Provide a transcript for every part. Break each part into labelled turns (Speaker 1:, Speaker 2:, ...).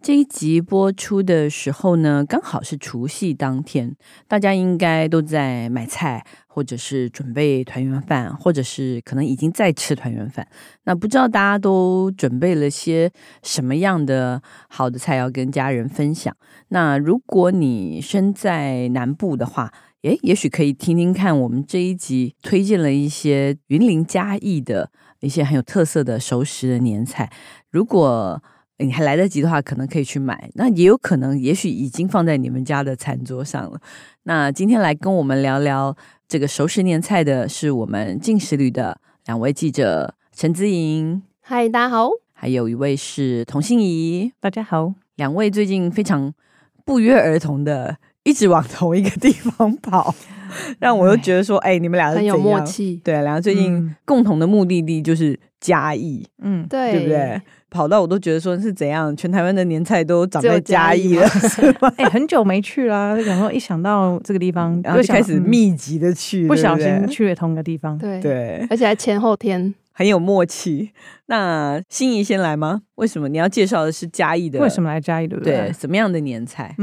Speaker 1: 这一集播出的时候呢，刚好是除夕当天，大家应该都在买菜，或者是准备团圆饭，或者是可能已经在吃团圆饭。那不知道大家都准备了些什么样的好的菜要跟家人分享？那如果你身在南部的话，诶，也许可以听听看，我们这一集推荐了一些云林嘉义的一些很有特色的熟食的年菜。如果你还来得及的话，可能可以去买。那也有可能，也许已经放在你们家的餐桌上了。那今天来跟我们聊聊这个熟食年菜的是我们进食旅的两位记者陈姿莹，
Speaker 2: 嗨，大家好，
Speaker 1: 还有一位是童心怡。
Speaker 3: 大家好，
Speaker 1: 两位最近非常不约而同的一直往同一个地方跑，让我又觉得说，哎、你们俩是
Speaker 2: 很有
Speaker 1: 怎
Speaker 2: 默
Speaker 1: 样。
Speaker 2: 契，
Speaker 1: 对，两个最近
Speaker 3: 嗯
Speaker 1: 共同的目的地就是嘉义，
Speaker 3: 嗯，
Speaker 2: 对
Speaker 1: 对不对？？跑到我都觉得说是怎样，全台湾的年菜都长
Speaker 2: 只有
Speaker 1: 在嘉
Speaker 2: 嘉义
Speaker 1: 义了，是吗？
Speaker 3: 哎、很久没去 啦，就想说一想到这个地方，
Speaker 1: 然后就
Speaker 3: 想
Speaker 1: 开始
Speaker 3: 嗯
Speaker 1: 密集的去，
Speaker 3: 不
Speaker 1: 对
Speaker 3: 小心
Speaker 1: 对
Speaker 3: 去了同一个地方。
Speaker 2: 对
Speaker 1: 对，
Speaker 2: 而且还前后天，
Speaker 1: 很有默契。那心仪先来吗？为什么你要介绍的是嘉义的？
Speaker 3: 为什
Speaker 1: 么？
Speaker 3: 么来嘉义？对不
Speaker 1: 对，什么样的年菜？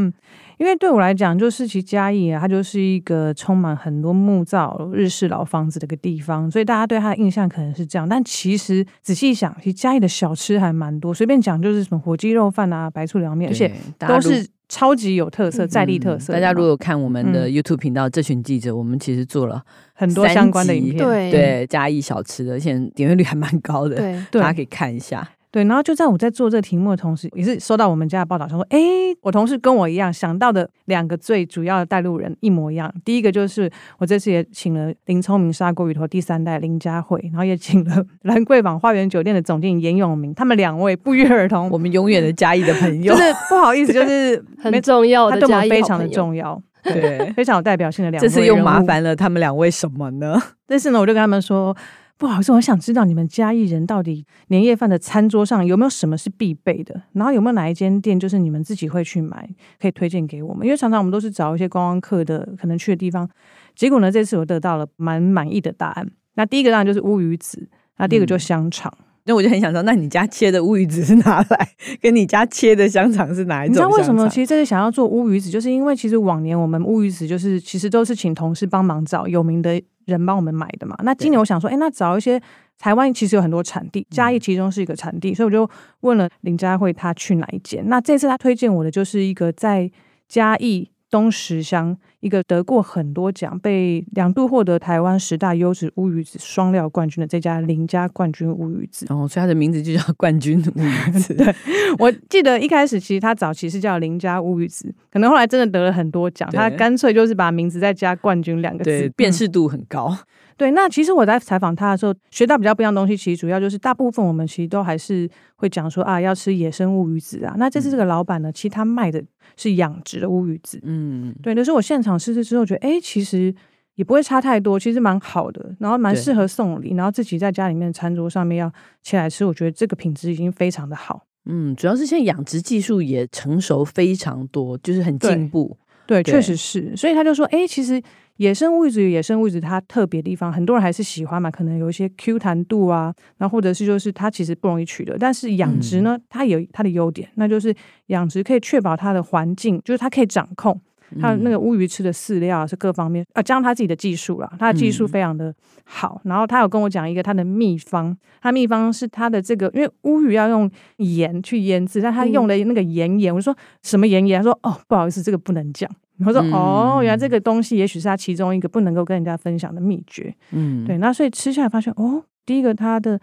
Speaker 3: 因为对我来讲，就是其实嘉义啊，它就是一个充满很多木造日式老房子的一个地方，所以大家对它的印象可能是这样。但其实仔细一想，其实嘉义的小吃还蛮多，随便讲就是什么火鸡肉饭啊、白醋凉面，而且
Speaker 1: 对大家
Speaker 3: 都
Speaker 1: 如
Speaker 3: 是超级有特色、在地特色
Speaker 1: 嗯大
Speaker 3: 的嘛。
Speaker 1: 家如果有看我们的
Speaker 3: 嗯
Speaker 1: YouTube 频道，这群记者，我们其实做了
Speaker 3: 很多
Speaker 1: 三
Speaker 3: 相关的
Speaker 1: 级
Speaker 3: 影片，
Speaker 2: 对
Speaker 1: 对嘉义小吃的，而且点阅率还蛮高的，
Speaker 2: 对，
Speaker 3: 对
Speaker 1: 大家可以看一下。
Speaker 3: 对，然后就在我在做这个题目的同时，也是收到我们家的报道，想说，哎，我同事跟我一样想到的两个最主要的带路人一模一样。第一个就是我这次也请了林聪明砂锅鱼头第三代林佳慧，然后也请了 兰桂坊花园酒店的总经理严永明，他们两位不约而同，
Speaker 1: 我们永远的嘉义的 朋友
Speaker 3: 嗯就，是不好意思，就是
Speaker 2: 很重要
Speaker 3: 他
Speaker 2: 的
Speaker 3: 对我
Speaker 2: 嘉
Speaker 3: 们
Speaker 2: 义
Speaker 3: 非
Speaker 2: 好
Speaker 3: 常
Speaker 2: 朋
Speaker 3: 的
Speaker 2: 友，
Speaker 3: 重要，
Speaker 1: 对。
Speaker 3: 非常有代表性的两
Speaker 1: 这
Speaker 3: 位。
Speaker 1: 次又麻。烦了他们两位什么呢？
Speaker 3: 但是呢，我就跟他们说。不好意思，我很想知道你们嘉义人到底年夜饭的餐桌上有没有什么是必备的，然后有没有哪一间店就是你们自己会去买，可以推荐给我们？因为常常我们都是找一些观光客的可能去的地方，结果呢，这次我得到了蛮满意的答案。那第一个当然就是乌鱼子，那第二个就是香肠。
Speaker 1: 那我就很想知道，那你家切的乌鱼子是哪来？跟你家切的香肠是哪一
Speaker 3: 你
Speaker 1: 种
Speaker 3: 知道
Speaker 1: 香肠？
Speaker 3: 为什么？其实这次想要做乌鱼子，就是因为其实往年我们乌鱼子就是其实都是请同事帮忙找有名的人帮我们买的嘛。那今年我想说，哎，那找一些台湾其实有很多产地，嘉
Speaker 1: 嗯
Speaker 3: 义其中是一个产地，所以我就问了林佳慧她去哪一间。那这次她推荐我的就是一个在嘉义。东石乡一个得过很多奖、被两度获得台湾十大优质乌鱼子双料冠军的这家林家冠军乌鱼子，
Speaker 1: 哦，所以它的名字就叫冠军乌鱼 子。
Speaker 3: 我记得一开始其实他早期是叫林家乌鱼子，可能后来真的得了很多奖，
Speaker 1: 对
Speaker 3: 他干脆就是把名字再加“冠军”两个字
Speaker 1: 对，，辨
Speaker 3: 嗯、
Speaker 1: 识度很高。
Speaker 3: 对。那其实我在采访他的时候，学到比较不一样的东西，其实主要就是大部分我们其实都还是会讲说啊，要吃野生乌鱼子啊。那这次这个老板呢，其实他卖的是养殖的乌鱼子，
Speaker 1: 嗯，
Speaker 3: 对。但是我现场试吃之后，觉得哎，诶其实。也不会差太多，其实蛮好的，然后蛮
Speaker 1: 对
Speaker 3: 适合送礼，然后自己在家里面餐桌上面要切来吃，我觉得这个品质已经非常的好。
Speaker 1: 嗯，主要是现在养殖技术也成熟非常多，就是很进
Speaker 3: 对
Speaker 1: 步。
Speaker 3: 对，
Speaker 1: 对
Speaker 3: 确实是。所以他就说，哎，其实野生物质有野生物质它特别地方，很多人还是喜欢嘛，可能有一些 Q 弹度啊，然后或者是就是它其实不容易取得，但是养殖呢，它有它的优点，那就是养殖可以确保它的环境，就是它可以掌控。它的那
Speaker 1: 嗯
Speaker 3: 个乌鱼吃的饲料啊是各方面啊，加上他自己的技术啦，他的技术
Speaker 1: 嗯
Speaker 3: 非常的好。然后他有跟我讲一个他的秘方，他秘方是他的这个，因为乌鱼要用盐去腌制，但他用的那个盐盐，我就说什么盐盐？他说哦，不好意思，这个不能讲。我说
Speaker 1: 嗯
Speaker 3: 哦，原来这个东西也许是他其中一个不能够跟人家分享的秘诀。
Speaker 1: 嗯，
Speaker 3: 对，那所以吃下来发现哦，第一个它的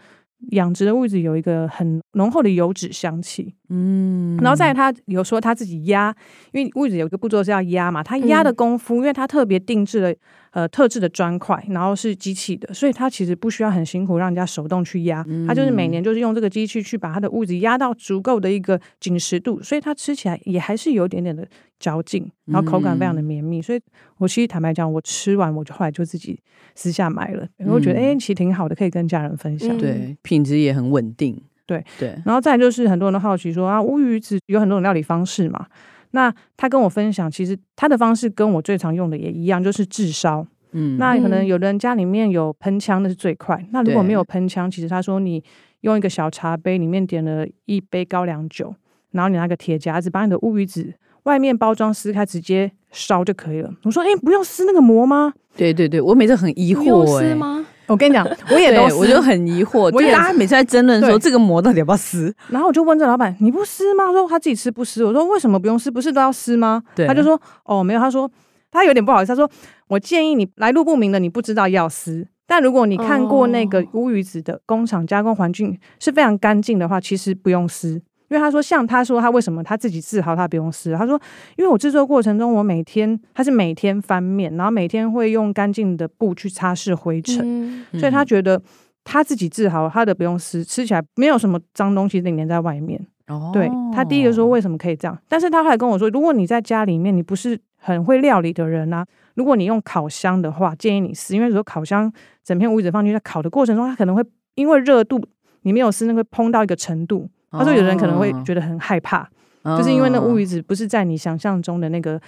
Speaker 3: 养殖的物质有一个很浓厚的油脂香气，
Speaker 1: 嗯
Speaker 3: 然后再来他有说他自己压，因为屋子有一个步骤是要压嘛，他压的
Speaker 1: 嗯
Speaker 3: 功夫，因为他特别定制了呃特制的砖块，然后是机器的，所以他其实不需要很辛苦让人家手动去压，他就是每
Speaker 1: 嗯
Speaker 3: 年就是用这个机器去把他的屋子压到足够的一个紧实度，所以它吃起来也还是有一点点的嚼劲，然后口感非常的
Speaker 1: 嗯
Speaker 3: 绵密，所以我其实坦白讲，我吃完我就后来就自己私下买了，因为我觉得
Speaker 1: 嗯
Speaker 3: 哎、其实挺好的，可以跟家人分享。
Speaker 2: 嗯
Speaker 1: 对品质也很稳定，
Speaker 3: 对
Speaker 1: 对，
Speaker 3: 然后再来就是很多人都好奇说啊，乌鱼子有很多种料理方式嘛。那他跟我分享，其实他的方式跟我最常用的也一样，就是炙烧。
Speaker 1: 嗯
Speaker 3: 那可能
Speaker 2: 嗯
Speaker 3: 有的人家里面有喷枪，那是最快。那如果
Speaker 1: 对
Speaker 3: 没有喷枪，其实他说你用一个小茶杯，里面点了一杯高粱酒，然后你拿个铁夹子把你的乌鱼子外面包装撕开，直接烧就可以了。我说，哎、不用撕那个膜吗？
Speaker 1: 对对对，我每次很疑
Speaker 2: 不用
Speaker 1: 惑
Speaker 2: 撕
Speaker 1: 哎、
Speaker 2: 吗？
Speaker 3: 我跟你讲，我也
Speaker 1: 对
Speaker 3: 都，
Speaker 1: 我
Speaker 3: 撕
Speaker 1: 就很疑惑，
Speaker 3: 我
Speaker 1: 就
Speaker 3: 也
Speaker 1: 大家每次在争论说
Speaker 3: 对
Speaker 1: 这个膜到底要不要撕，
Speaker 3: 然后我就问这老板：“你不撕吗？”他说他自己吃不撕。我说：“为什么不用撕？不是都要撕吗？”
Speaker 1: 对
Speaker 3: 他就说：“哦，没有。”他说他有点不好意思，他说：“我建议你来路不明的，你不知道要撕。但如果你看过那个
Speaker 2: 哦
Speaker 3: 乌鱼子的工厂加工环境是非常干净的话，其实不用撕。”因为他说，像他说他为什么他自己自豪他不用撕，他说因为我制作过程中我每天他是每天翻面，然后每天会用干净的布去擦拭灰尘，
Speaker 2: 嗯，
Speaker 3: 所以他
Speaker 1: 嗯
Speaker 3: 觉得他自己自豪，他的不用撕，吃起来没有什么脏东西粘在外面。
Speaker 1: 哦
Speaker 3: 对他第一个说为什么可以这样，但是他后来跟我说，如果你在家里面你不是很会料理的人啊，如果你用烤箱的话，建议你撕，因为如果烤箱整片乌鱼子放进去，在烤的过程中，它可能会因为热度。你没有撕，那个烹到一个程度，他说有的人可能会
Speaker 1: 哦
Speaker 3: 觉得很害怕，
Speaker 1: 得
Speaker 3: 就是因为那乌
Speaker 1: 语。
Speaker 3: 鱼子不是在你想象中的那个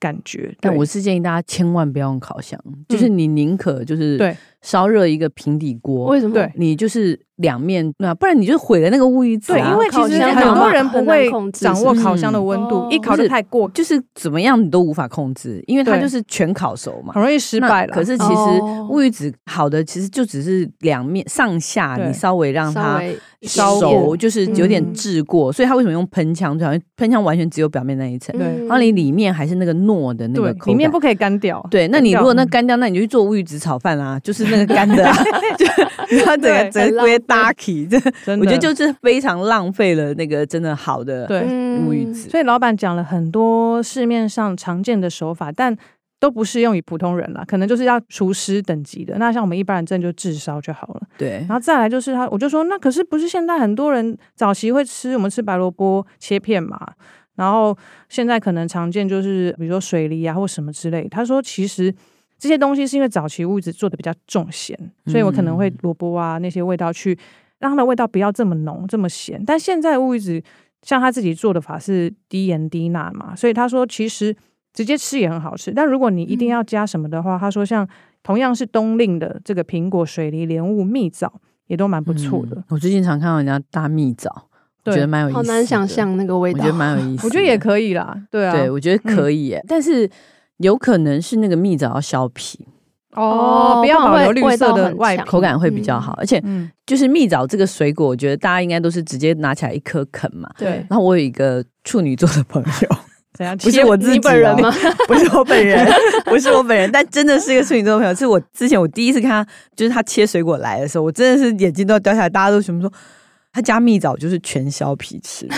Speaker 3: 感觉。
Speaker 1: 嗯但
Speaker 3: 对嗯
Speaker 1: 我是建议大家千万不要用烤箱，就是你宁可就是哦
Speaker 3: 对
Speaker 1: 烧热一个平底锅，
Speaker 2: 为什么？
Speaker 3: 对
Speaker 1: 你就是两面那，不然你就毁了那个乌鱼子啊。
Speaker 3: 对，因为其
Speaker 2: 烤
Speaker 3: 实
Speaker 2: 箱
Speaker 3: 很
Speaker 2: 好
Speaker 3: 多
Speaker 2: 像
Speaker 3: 人不
Speaker 2: 很难
Speaker 3: 会
Speaker 2: 控制
Speaker 3: 掌
Speaker 2: 是
Speaker 3: 握
Speaker 1: 不是
Speaker 3: 烤箱的温度，
Speaker 2: 哦
Speaker 3: 一烤
Speaker 1: 不
Speaker 3: 就是太过，
Speaker 1: 就是怎么样你都无法控制，因为它
Speaker 3: 对
Speaker 1: 就是全烤熟嘛
Speaker 3: 很。容易失
Speaker 1: 那
Speaker 3: 败了。
Speaker 1: 可是其实
Speaker 2: 哦
Speaker 1: 乌鱼子好的，其实就只是两面上下，
Speaker 3: 对
Speaker 1: 你稍微让
Speaker 2: 稍
Speaker 1: 它
Speaker 2: 微
Speaker 3: 烧
Speaker 2: 一点
Speaker 1: 熟，就是有点
Speaker 3: 嗯
Speaker 1: 炙过，所以它为什么用喷枪？就好像喷枪完全只有表面那一层，
Speaker 2: 嗯
Speaker 1: 然后你里面还是那个糯的那
Speaker 3: 对
Speaker 1: 个，口
Speaker 3: 里面
Speaker 1: 感
Speaker 3: 不可以干掉。
Speaker 1: 对，那
Speaker 3: 干
Speaker 1: 你
Speaker 3: 掉嗯
Speaker 1: 如果那干掉，那你就去做乌鱼子炒饭啊，就是那个干的啊， 就然后整个
Speaker 3: 对
Speaker 1: 整
Speaker 2: 很
Speaker 1: 个
Speaker 2: 浪
Speaker 1: 归
Speaker 2: 费
Speaker 1: 搭起， 这
Speaker 3: 真
Speaker 1: 我觉
Speaker 3: 的
Speaker 1: 得就是非常浪费了那个真的好的
Speaker 3: 对
Speaker 2: 嗯
Speaker 3: 嗯
Speaker 1: 乌鱼子。
Speaker 3: 所以老板讲了很多市面上常见的手法，但都不适用于普通人啦，可能就是要厨师等级的。那像我们一般人，真的就炙烧就好了。
Speaker 1: 对
Speaker 3: 然，后再来就是他，我就说那可是不是现在很多人早期会吃，我们吃白萝卜切片嘛，然后现在可能常见就是比如说水梨啊或什么之类。他说其实这些东西是因为早期物质做的比较重咸，所以我可能会萝卜啊那些味道去让它的味道不要这么浓这么咸，但现在物质像他自己做的法是低盐低钠嘛，所以他说其实直接吃也很好吃，但如果你一定要加什么的话，他说像同样是冬令的这个苹果、水梨、莲雾、蜜枣也都蛮不错的。
Speaker 1: 嗯我最近常看到人家搭蜜枣，我
Speaker 3: 对
Speaker 1: 觉得蛮有意思，
Speaker 2: 好难想，象那个味
Speaker 1: 我
Speaker 2: 道，
Speaker 1: 觉得蛮有意思的，
Speaker 3: 我觉得也可以啦，对啊，嗯
Speaker 1: 对，我觉得可以耶，但是有可能是那个蜜枣要削皮，
Speaker 3: 哦
Speaker 2: 哦，
Speaker 3: 不要
Speaker 2: 不然
Speaker 3: 保留
Speaker 2: 会
Speaker 3: 绿
Speaker 2: 味
Speaker 3: 色
Speaker 2: 道
Speaker 3: 的
Speaker 2: 很
Speaker 3: 外
Speaker 2: 强
Speaker 3: 皮，
Speaker 1: 口感会比较好，而且
Speaker 3: 嗯，
Speaker 1: 就是蜜枣这个水果，我觉得大家应该都是直接拿起来一颗啃嘛。
Speaker 3: 对，
Speaker 1: 然后我有一个处女座的朋友，
Speaker 3: 怎样？
Speaker 1: 不是我自己、
Speaker 2: 你本人吗？？
Speaker 1: 不是我本人，不是我本人，但真的是一个处女座的朋友。是我之前我第一次看他，就是他切水果来的时候，我真的是眼睛都要掉下来，大家都什么说。他加蜜枣就是全削皮吃的，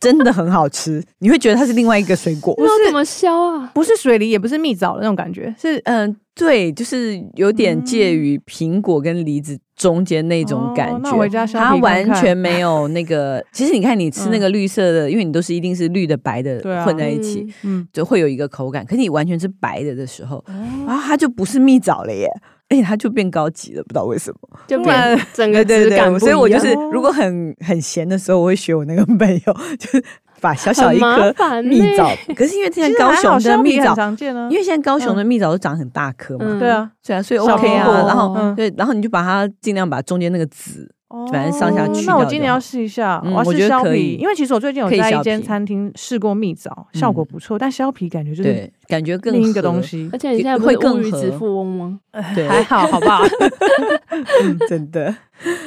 Speaker 1: 真的很好吃。你会觉得它是另外一个水果，
Speaker 2: 不知道怎么削啊？
Speaker 3: 不是水梨，也不是蜜枣的那种感觉，
Speaker 1: 是嗯、对，就是有点介于苹果跟梨子中间那种感
Speaker 3: 哦
Speaker 1: 觉。
Speaker 3: 那我回家削皮
Speaker 1: 它
Speaker 3: 看看
Speaker 1: 完全没有那 个，其实你看你吃那个绿色的，因为你都是一定是绿的白的
Speaker 3: 对啊
Speaker 1: 混在一起，
Speaker 3: 嗯，
Speaker 1: 就会有一个口感。可是你完全是白的的时候，
Speaker 3: 哦
Speaker 1: 然后它就不是蜜枣了耶，而且它就变高级了，不知道为什么。
Speaker 2: 嗯，就
Speaker 3: 突然
Speaker 2: 变整个质感不一样，
Speaker 1: 所以我就是
Speaker 3: 哦
Speaker 1: 如果很很闲的时候，我会学我那个朋友，就是把小小
Speaker 2: 很
Speaker 1: 一
Speaker 2: 麻
Speaker 1: 颗
Speaker 2: 烦
Speaker 1: 蜜
Speaker 2: 呢
Speaker 1: 枣，可是因为
Speaker 3: 其
Speaker 1: 现在
Speaker 3: 实
Speaker 1: 高
Speaker 3: 还好
Speaker 1: 雄的
Speaker 3: 削皮
Speaker 1: 蜜枣
Speaker 3: 很。常见啊，
Speaker 1: 因为现在高雄的蜜枣都长很大颗嘛，
Speaker 2: 嗯
Speaker 3: 对啊，
Speaker 1: 对啊，所以
Speaker 3: 小
Speaker 1: OK
Speaker 3: 苹
Speaker 1: 啊，
Speaker 3: 果
Speaker 1: 然后
Speaker 3: 嗯
Speaker 1: 对，然后你就把它尽量把中间那个籽，反正上
Speaker 2: 下
Speaker 3: 哦
Speaker 2: 去
Speaker 3: 那
Speaker 1: 掉
Speaker 3: 我
Speaker 1: 就
Speaker 3: 今年要
Speaker 1: 好
Speaker 3: 试一下，
Speaker 1: 嗯
Speaker 3: 我要
Speaker 1: 我
Speaker 3: 试
Speaker 1: 觉得
Speaker 3: 削
Speaker 1: 可以
Speaker 3: 皮，因为其实我最近有
Speaker 1: 可以
Speaker 3: 在
Speaker 1: 削
Speaker 3: 一间
Speaker 1: 皮
Speaker 3: 餐厅试过蜜枣，效果
Speaker 1: 嗯
Speaker 3: 不错，但削皮感觉就是
Speaker 1: 对，感觉更
Speaker 3: 另一个
Speaker 1: 合
Speaker 3: 东，西
Speaker 2: 而，且你现在不
Speaker 1: 会
Speaker 2: 是
Speaker 1: 更
Speaker 2: 乌鱼子
Speaker 1: 合
Speaker 2: 富翁吗？
Speaker 1: 对，
Speaker 3: 还好，好不好？
Speaker 1: 真的。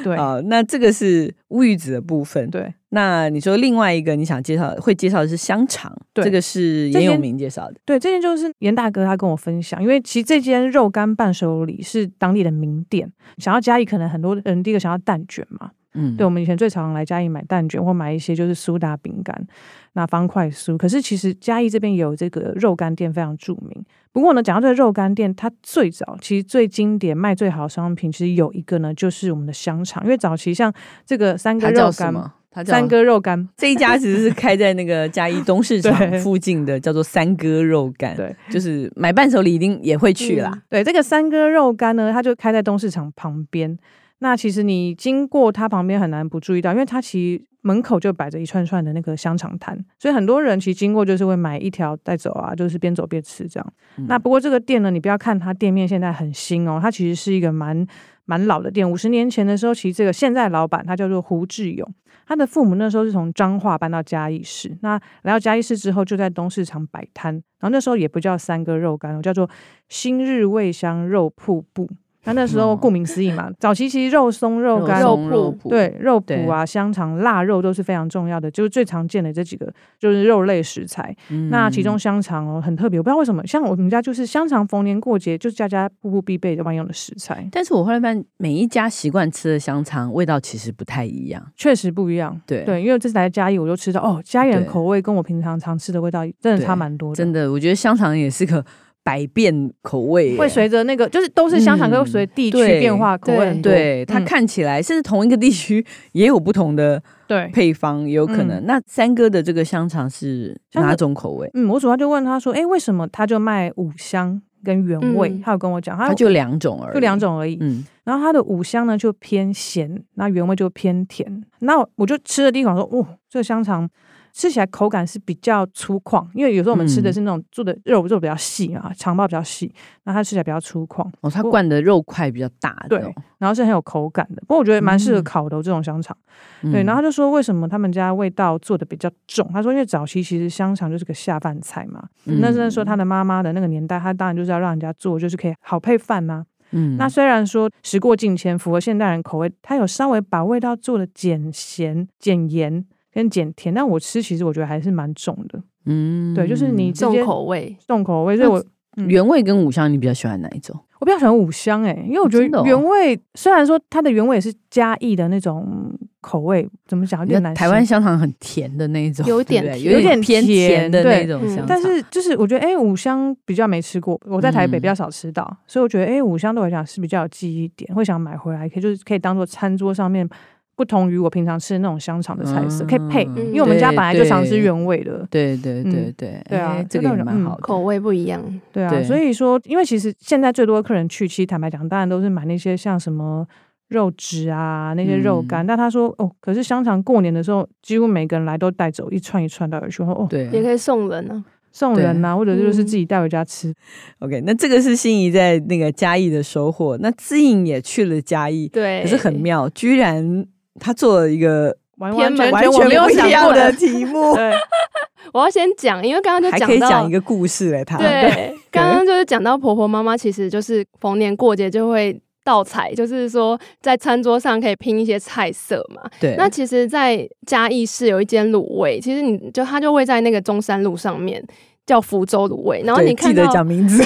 Speaker 3: 对，
Speaker 1: 好，那这个是乌鱼子的部分。
Speaker 3: 对，
Speaker 1: 那你说另外一个你想介绍会介绍的是香肠，
Speaker 3: 对
Speaker 1: 这个是
Speaker 3: 这
Speaker 1: 严
Speaker 3: 间
Speaker 1: 永明介绍的。
Speaker 3: 对，这件就是严大哥他跟我分享，因为其实这间肉干伴手礼是当地的名店，想要嘉义可能很多人第一个想要蛋卷嘛，
Speaker 1: 嗯，
Speaker 3: 对，我们以前最常来嘉义买蛋卷或买一些就是苏打饼干，那方块酥。可是其实嘉义这边也有这个肉干店非常著名。不过呢，讲到这个肉干店，它最早其实最经典卖最好的商品，其实有一个呢就是我们的香肠，因为早期像这个三哥
Speaker 1: 它
Speaker 3: 肉
Speaker 1: 叫什
Speaker 3: 干，
Speaker 1: 么？它叫
Speaker 3: 三哥肉干，
Speaker 1: 这一家其实是开在那个嘉义东 市场
Speaker 3: 对
Speaker 1: 附近的，叫做三哥肉干。
Speaker 3: 对，
Speaker 1: 就是买伴手礼一定也会去啦。
Speaker 3: 对，这个三哥肉干呢，它就开在东市场旁边。那其实你经过它旁边很难不注意到，因为它其实门口就摆着一串串的那个香肠摊，所以很多人其实经过就是会买一条带走啊，就是边走边吃这样。那不过这个店呢，你不要看它店面现在很新哦，它其实是一个蛮蛮老的店。五十年前的时候，其实这个现在老板他叫做胡志勇，他的父母那时候是从彰化搬到嘉义市。那来到嘉义市之后，就在东市场摆摊，然后那时候也不叫三哥肉干，叫做新日味香肉瀑布。那那时候
Speaker 1: 哦
Speaker 3: 顾名思义嘛， 早期其实肉松、嗯肉干、
Speaker 2: 肉
Speaker 1: 松
Speaker 2: 铺
Speaker 1: 铺，
Speaker 3: 对肉
Speaker 1: 对
Speaker 3: 脯啊、香肠、腊肉都是非常重要的，就是最常见的这几个就是肉类食材。
Speaker 1: 嗯
Speaker 3: 那其中香肠哦很特别，我不知道为什么，像我们家就是香肠，逢年过节就是家家户户必备的万用的食材，
Speaker 1: 但是我后来发现，每一家习惯吃的香肠味道其实不太一样。
Speaker 3: 确实不一样。
Speaker 1: 对
Speaker 3: 对，因为这次来嘉义，我就吃到哦，嘉义人
Speaker 1: 对
Speaker 3: 口味跟我平常常吃的味道真的
Speaker 1: 对
Speaker 3: 差蛮多的，
Speaker 1: 真的，我觉得香肠也是个百变口味耶，
Speaker 3: 会随着那个就是都是香肠，
Speaker 1: 嗯
Speaker 3: 跟随地区
Speaker 1: 对
Speaker 3: 变化，口味很多。
Speaker 1: 对它
Speaker 3: 嗯
Speaker 1: 看起来，甚至同一个地区 也有不同的
Speaker 3: 对。
Speaker 1: 配方，也有可
Speaker 3: 嗯
Speaker 1: 能。那三哥的这个香肠是
Speaker 3: 香肠
Speaker 1: 哪种口味？
Speaker 3: 嗯，我主要就问他说，哎、为什么他就卖五香跟原味？
Speaker 2: 嗯
Speaker 3: 他有跟我讲，他
Speaker 1: 它就两种而已，
Speaker 3: 就两，种而已。
Speaker 1: 嗯，
Speaker 3: 然后它的五香呢就偏咸，那原味就偏甜。那我就吃了第一口说，哦，这个香肠吃起来口感是比较粗犷，因为有时候我们吃的
Speaker 1: 嗯
Speaker 3: 是那种做的肉肉比较细啊，肠包比较细，那它吃起来比较粗犷，
Speaker 1: 哦，它灌的肉块比较大的哦，
Speaker 3: 然后是很有口感的。不过我觉得蛮适合
Speaker 1: 嗯
Speaker 3: 烤的哦、这种香肠。
Speaker 1: 嗯
Speaker 3: 对，然后他就说为什么他们家味道做的比较重？他说因为早期其实香肠就是个下饭菜嘛，
Speaker 1: 嗯
Speaker 3: 那那时候他的妈妈的那个年代，他当然就是要让人家做，就是可以好配饭啊呐、
Speaker 1: 嗯
Speaker 3: 那虽然说时过境迁，符合现代人口味，它有稍微把味道做的减咸、减盐跟减甜，但我吃其实我觉得还是蛮重的。
Speaker 1: 嗯
Speaker 3: 对，就是你直
Speaker 2: 重
Speaker 3: 接
Speaker 2: 口味，
Speaker 3: 重口味，所以我嗯
Speaker 1: 原味跟五香，你比较喜欢哪一种？
Speaker 3: 我比较喜欢五香哎、因为我觉
Speaker 1: 真的哦
Speaker 3: 得原味、虽然说它的原味也是嘉义的那种口味，怎么讲有点难
Speaker 1: 台
Speaker 3: 形
Speaker 1: 湾香肠很甜的那一种，对
Speaker 2: 有
Speaker 1: 不
Speaker 2: 点
Speaker 1: 对
Speaker 2: 甜
Speaker 1: 有点
Speaker 3: 有点
Speaker 1: 偏甜
Speaker 3: 甜
Speaker 1: 的那
Speaker 3: 对
Speaker 1: 种
Speaker 2: 嗯
Speaker 1: 香肠，
Speaker 3: 但是就是我觉得，哎、五香比较没吃过，我在台北
Speaker 1: 嗯
Speaker 3: 比较少吃到，所以我觉得，哎、五香对我来讲是比较有记忆点，会想买回来，可以就是可以当做餐桌上面不同于我平常吃的那种香肠的菜色，可以配，
Speaker 1: 嗯
Speaker 3: 因为我们家
Speaker 1: 对
Speaker 3: 本来就常吃
Speaker 1: 对
Speaker 3: 原味的，
Speaker 1: 对对对
Speaker 3: 嗯
Speaker 1: 对，
Speaker 3: 对啊
Speaker 1: 哎这
Speaker 3: 真
Speaker 1: 个
Speaker 3: 的
Speaker 1: 也
Speaker 3: 有
Speaker 1: 蛮
Speaker 3: 嗯
Speaker 1: 好的。
Speaker 2: 口味不一样。
Speaker 3: 对啊，
Speaker 1: 对
Speaker 3: 所以说，因为其实现在最多客人去，其实坦白讲，当然都是买那些像什么肉质啊，那些肉
Speaker 1: 嗯
Speaker 3: 干，但他说，哦，可是香肠过年的时候，几乎每个人来都带走一串一串带回去，我说哦，
Speaker 2: 也
Speaker 1: 对嗯
Speaker 2: 可以送人啊。
Speaker 3: 送人呐、或者就是自己带回家吃，
Speaker 1: ，OK，那这个是心仪在那个嘉义的收获。那知颖也去了嘉义，
Speaker 2: 对，
Speaker 1: 可是很妙，居然他做了一个
Speaker 3: 完完
Speaker 2: 偏
Speaker 3: 全
Speaker 2: 门
Speaker 3: 全
Speaker 1: 完
Speaker 3: 我
Speaker 1: 全
Speaker 3: 没有
Speaker 1: 不一
Speaker 3: 想
Speaker 1: 样
Speaker 3: 过
Speaker 1: 的
Speaker 3: 的，
Speaker 1: 题 目，
Speaker 3: 对。
Speaker 2: 我要先讲，因为刚刚就
Speaker 1: 还可以
Speaker 2: 到
Speaker 1: 讲一个啊故事嘞，他
Speaker 2: 对，刚刚就是讲到婆婆妈妈，其实就是逢年过节就会倒彩，就是说在餐桌上可以拼一些菜色嘛。
Speaker 1: 对，
Speaker 2: 那其实，在嘉义市有一间卤味，其实你就它就位在那个中山路上面，叫福州卤味。然后
Speaker 1: 对
Speaker 2: 你
Speaker 1: 记
Speaker 2: 看
Speaker 1: 得
Speaker 2: 到，
Speaker 1: 讲名字，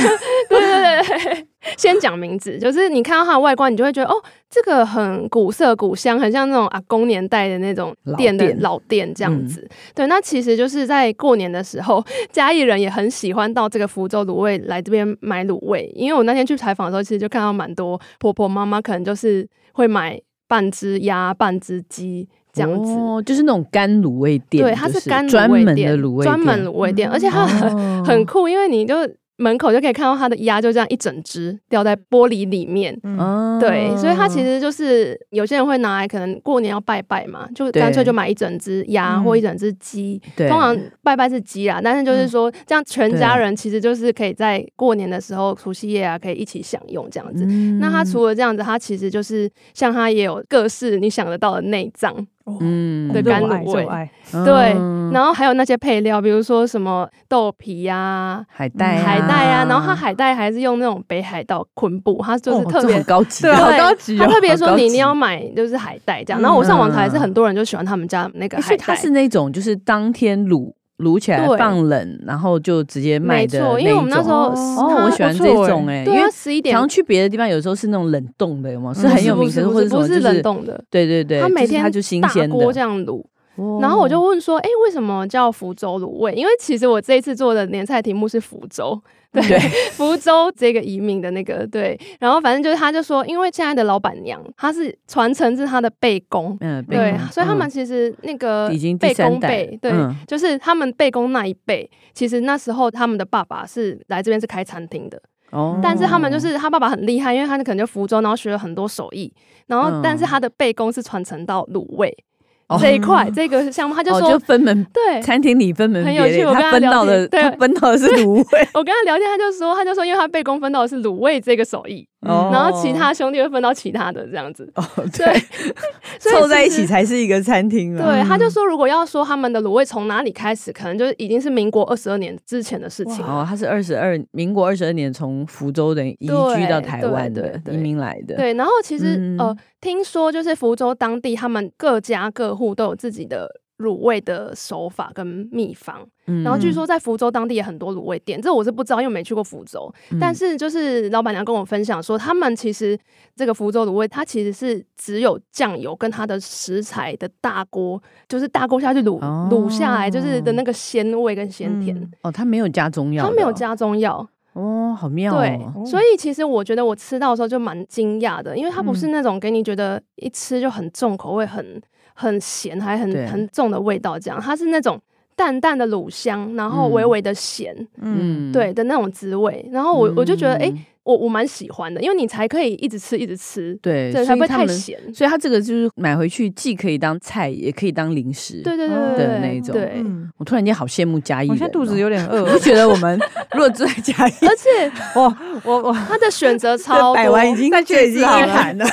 Speaker 2: 对对对对，先讲名字，就是你看到它的外观，你就会觉得哦，这个很古色古香，很像那种阿公年代的那种
Speaker 1: 老
Speaker 2: 店的
Speaker 1: 店嗯
Speaker 2: 老店这样子。对，那其实就是在过年的时候，嘉义人也很喜欢到这个福州卤味来这边买卤味，因为我那天去采访的时候，其实就看到蛮多婆婆妈妈可能就是会买半只鸭、半只鸡 这样子。
Speaker 1: 哦，就是那种干卤味店，
Speaker 2: 对，它
Speaker 1: 就是
Speaker 2: 干
Speaker 1: 专
Speaker 2: 卤
Speaker 1: 门
Speaker 2: 味
Speaker 1: 的
Speaker 2: 店，
Speaker 1: 卤味
Speaker 2: 专门
Speaker 1: 店
Speaker 2: 卤味店，而且它很
Speaker 1: 哦
Speaker 2: 很酷，因为你就门口就可以看到它的鸭就这样一整只掉在玻璃里面。
Speaker 3: 嗯，
Speaker 1: 哦
Speaker 2: 对，所以它其实就是有些人会拿来，可能过年要拜拜嘛，就
Speaker 1: 对
Speaker 2: 干脆就买一整只鸭
Speaker 3: 嗯
Speaker 2: 或一整只鸡。
Speaker 1: 对嗯
Speaker 2: 通常拜拜是鸡啦，但是就是说这样全家
Speaker 1: 对
Speaker 2: 人其实就是可以在过年的时候，除夕夜啊可以一起享用这样子。
Speaker 1: 嗯
Speaker 2: 那它除了这样子，它其实就是像它也有各式你想得到的内脏，
Speaker 1: 嗯
Speaker 2: 对
Speaker 3: 这
Speaker 2: 干
Speaker 3: 我
Speaker 2: 卤
Speaker 3: 爱，这
Speaker 2: 味
Speaker 3: 我爱。
Speaker 2: 对
Speaker 1: 嗯
Speaker 2: 然后还有那些配料，比如说什么豆皮啊呀、
Speaker 1: 海带、
Speaker 3: 嗯
Speaker 2: 海
Speaker 1: 哎
Speaker 2: 带啊，然后它海带还是用那种北海道昆布，它就是
Speaker 1: 哦
Speaker 2: 特
Speaker 1: 这
Speaker 2: 别
Speaker 1: 很高级，
Speaker 3: 对好高级哦
Speaker 2: 他特别
Speaker 1: 好
Speaker 2: 说
Speaker 1: 高级
Speaker 2: 你一定要买就是海带这样，然后我上网查也是很多人就喜欢他们家那个
Speaker 1: 诶所
Speaker 2: 海
Speaker 1: 以它
Speaker 2: 带。
Speaker 1: 是那种就是当天卤卤起来
Speaker 2: 对
Speaker 1: 放冷，然后就直接卖
Speaker 2: 没
Speaker 1: 的
Speaker 2: 错，因为我们那时
Speaker 1: 种
Speaker 2: 候
Speaker 3: 哦
Speaker 1: 哦，我
Speaker 3: 它
Speaker 1: 喜欢
Speaker 3: 不
Speaker 1: 这
Speaker 3: 错诶
Speaker 1: 种哎、因
Speaker 2: 对
Speaker 1: 为
Speaker 2: 啊，十一点
Speaker 1: 常去别的地方，有时候是那种冷冻的，有吗？是
Speaker 3: 嗯
Speaker 1: 很有
Speaker 2: 不
Speaker 1: 名
Speaker 2: 是
Speaker 1: 的，
Speaker 2: 不
Speaker 1: 或者
Speaker 2: 是
Speaker 1: 什么，
Speaker 2: 不
Speaker 1: 就是
Speaker 2: 冷冻的，
Speaker 1: 对对对，
Speaker 2: 它每
Speaker 1: 就是
Speaker 2: 天
Speaker 1: 它就新
Speaker 2: 大
Speaker 1: 鲜的
Speaker 2: 锅这样卤。
Speaker 1: 哦
Speaker 2: 然后我就问说，哎，为什么叫福州卤味？因为其实我这一次做的年菜题目是福州， 对，福州这个移民的那个对。然后反正就是他就说，因为现在的老板娘她是传承自她的辈公，
Speaker 1: 嗯，被
Speaker 2: 对
Speaker 1: 弄，
Speaker 2: 所以他们
Speaker 1: 嗯
Speaker 2: 其实那个
Speaker 1: 已经第
Speaker 2: 辈
Speaker 1: 三
Speaker 2: 公
Speaker 1: 代
Speaker 2: 辈
Speaker 1: 了
Speaker 2: 对
Speaker 1: 嗯
Speaker 2: 就是他们辈公那一辈，其实那时候他们的爸爸是来这边是开餐厅的，
Speaker 1: 哦，
Speaker 2: 但是他们就是他爸爸很厉害，因为他可能就福州，然后学了很多手艺，然后
Speaker 1: 嗯
Speaker 2: 但是他的辈公是传承到卤味、
Speaker 1: 哦
Speaker 2: 这一块这个项目，他就
Speaker 1: 哦
Speaker 2: 说、
Speaker 1: 就分门
Speaker 2: 对。
Speaker 1: 餐厅里分门
Speaker 2: 很
Speaker 1: 别
Speaker 2: 有趣
Speaker 1: 类，
Speaker 2: 我跟
Speaker 1: 他
Speaker 2: 他
Speaker 1: 分
Speaker 2: 聊
Speaker 1: 到
Speaker 2: 天
Speaker 1: 的
Speaker 2: 对
Speaker 1: 他分到的是卤 味，
Speaker 2: 我跟他聊天，他就说，他就说，因为他被公分到的是卤味这个手艺，
Speaker 1: 哦
Speaker 2: 嗯然后其他兄弟会分到其他的这样子，
Speaker 1: 哦
Speaker 2: 对，所以
Speaker 1: 凑在一
Speaker 2: 其实
Speaker 1: 起才是一个餐厅啊了。
Speaker 2: 对，他就说，如果要说他们的卤味从哪里开始，可能就是已经是民国二十二年之前的事情。
Speaker 1: 哦，他是二十二，民国二十二年从福州人移居到
Speaker 2: 对
Speaker 1: 台
Speaker 2: 对
Speaker 1: 湾的
Speaker 2: 对对
Speaker 1: 移民来的，
Speaker 2: 对，然后其实、
Speaker 1: 嗯
Speaker 2: 呃，听说就是福州当地他们各家各户都有自己的卤味的手法跟秘方，
Speaker 1: 嗯，
Speaker 2: 然后据说在福州当地也很多卤味店，这我是不知道，因为我没去过福州。
Speaker 1: 嗯，
Speaker 2: 但是就是老板娘跟我分享说，他们其实这个福州卤味，它其实是只有酱油跟它的食材的大锅，就是大锅下去卤、
Speaker 1: 哦
Speaker 2: 卤下来，就是的那个鲜味跟鲜甜，
Speaker 3: 嗯
Speaker 1: 哦，他没有加中药哦的
Speaker 2: 它
Speaker 1: 哦，
Speaker 2: 没有加中药。
Speaker 1: 哦，好妙
Speaker 2: 对
Speaker 1: 哦，，
Speaker 2: 所以其实我觉得我吃到的时候就蛮惊讶的，因为它不
Speaker 1: 嗯
Speaker 2: 是那种给你觉得一吃就很重口味、很很咸还
Speaker 1: 对
Speaker 2: 很很重的味道这样，它是那种淡淡的卤香，然后微微的咸，
Speaker 3: 嗯，
Speaker 2: 对的那种滋味。然后我、我就觉得，哎、
Speaker 1: 嗯
Speaker 2: 我我蛮喜欢的，因为你才可以一直吃一直吃，
Speaker 1: 对，所
Speaker 2: 对，才
Speaker 1: 以
Speaker 2: 不会
Speaker 1: 他
Speaker 2: 太
Speaker 1: 们
Speaker 2: 咸。
Speaker 1: 所以它这个就是买回去既可以当菜，也可以当零食。
Speaker 2: 对对对
Speaker 3: 哦
Speaker 2: 对
Speaker 1: 的
Speaker 2: 对，
Speaker 1: 那一种
Speaker 2: 对。
Speaker 3: 嗯
Speaker 1: 我突然间好羡慕嘉义人
Speaker 3: 我
Speaker 1: 哦、
Speaker 3: 现在肚子 有点饿
Speaker 1: 我，就觉得我们如果住在嘉义，
Speaker 2: 而且
Speaker 3: 我我我
Speaker 2: 它的选择 超
Speaker 1: 这百
Speaker 2: 多，
Speaker 1: 完已经
Speaker 3: 再去一
Speaker 1: 这已
Speaker 3: 次
Speaker 1: 经
Speaker 3: 好
Speaker 1: 一
Speaker 3: 了
Speaker 1: 盘了。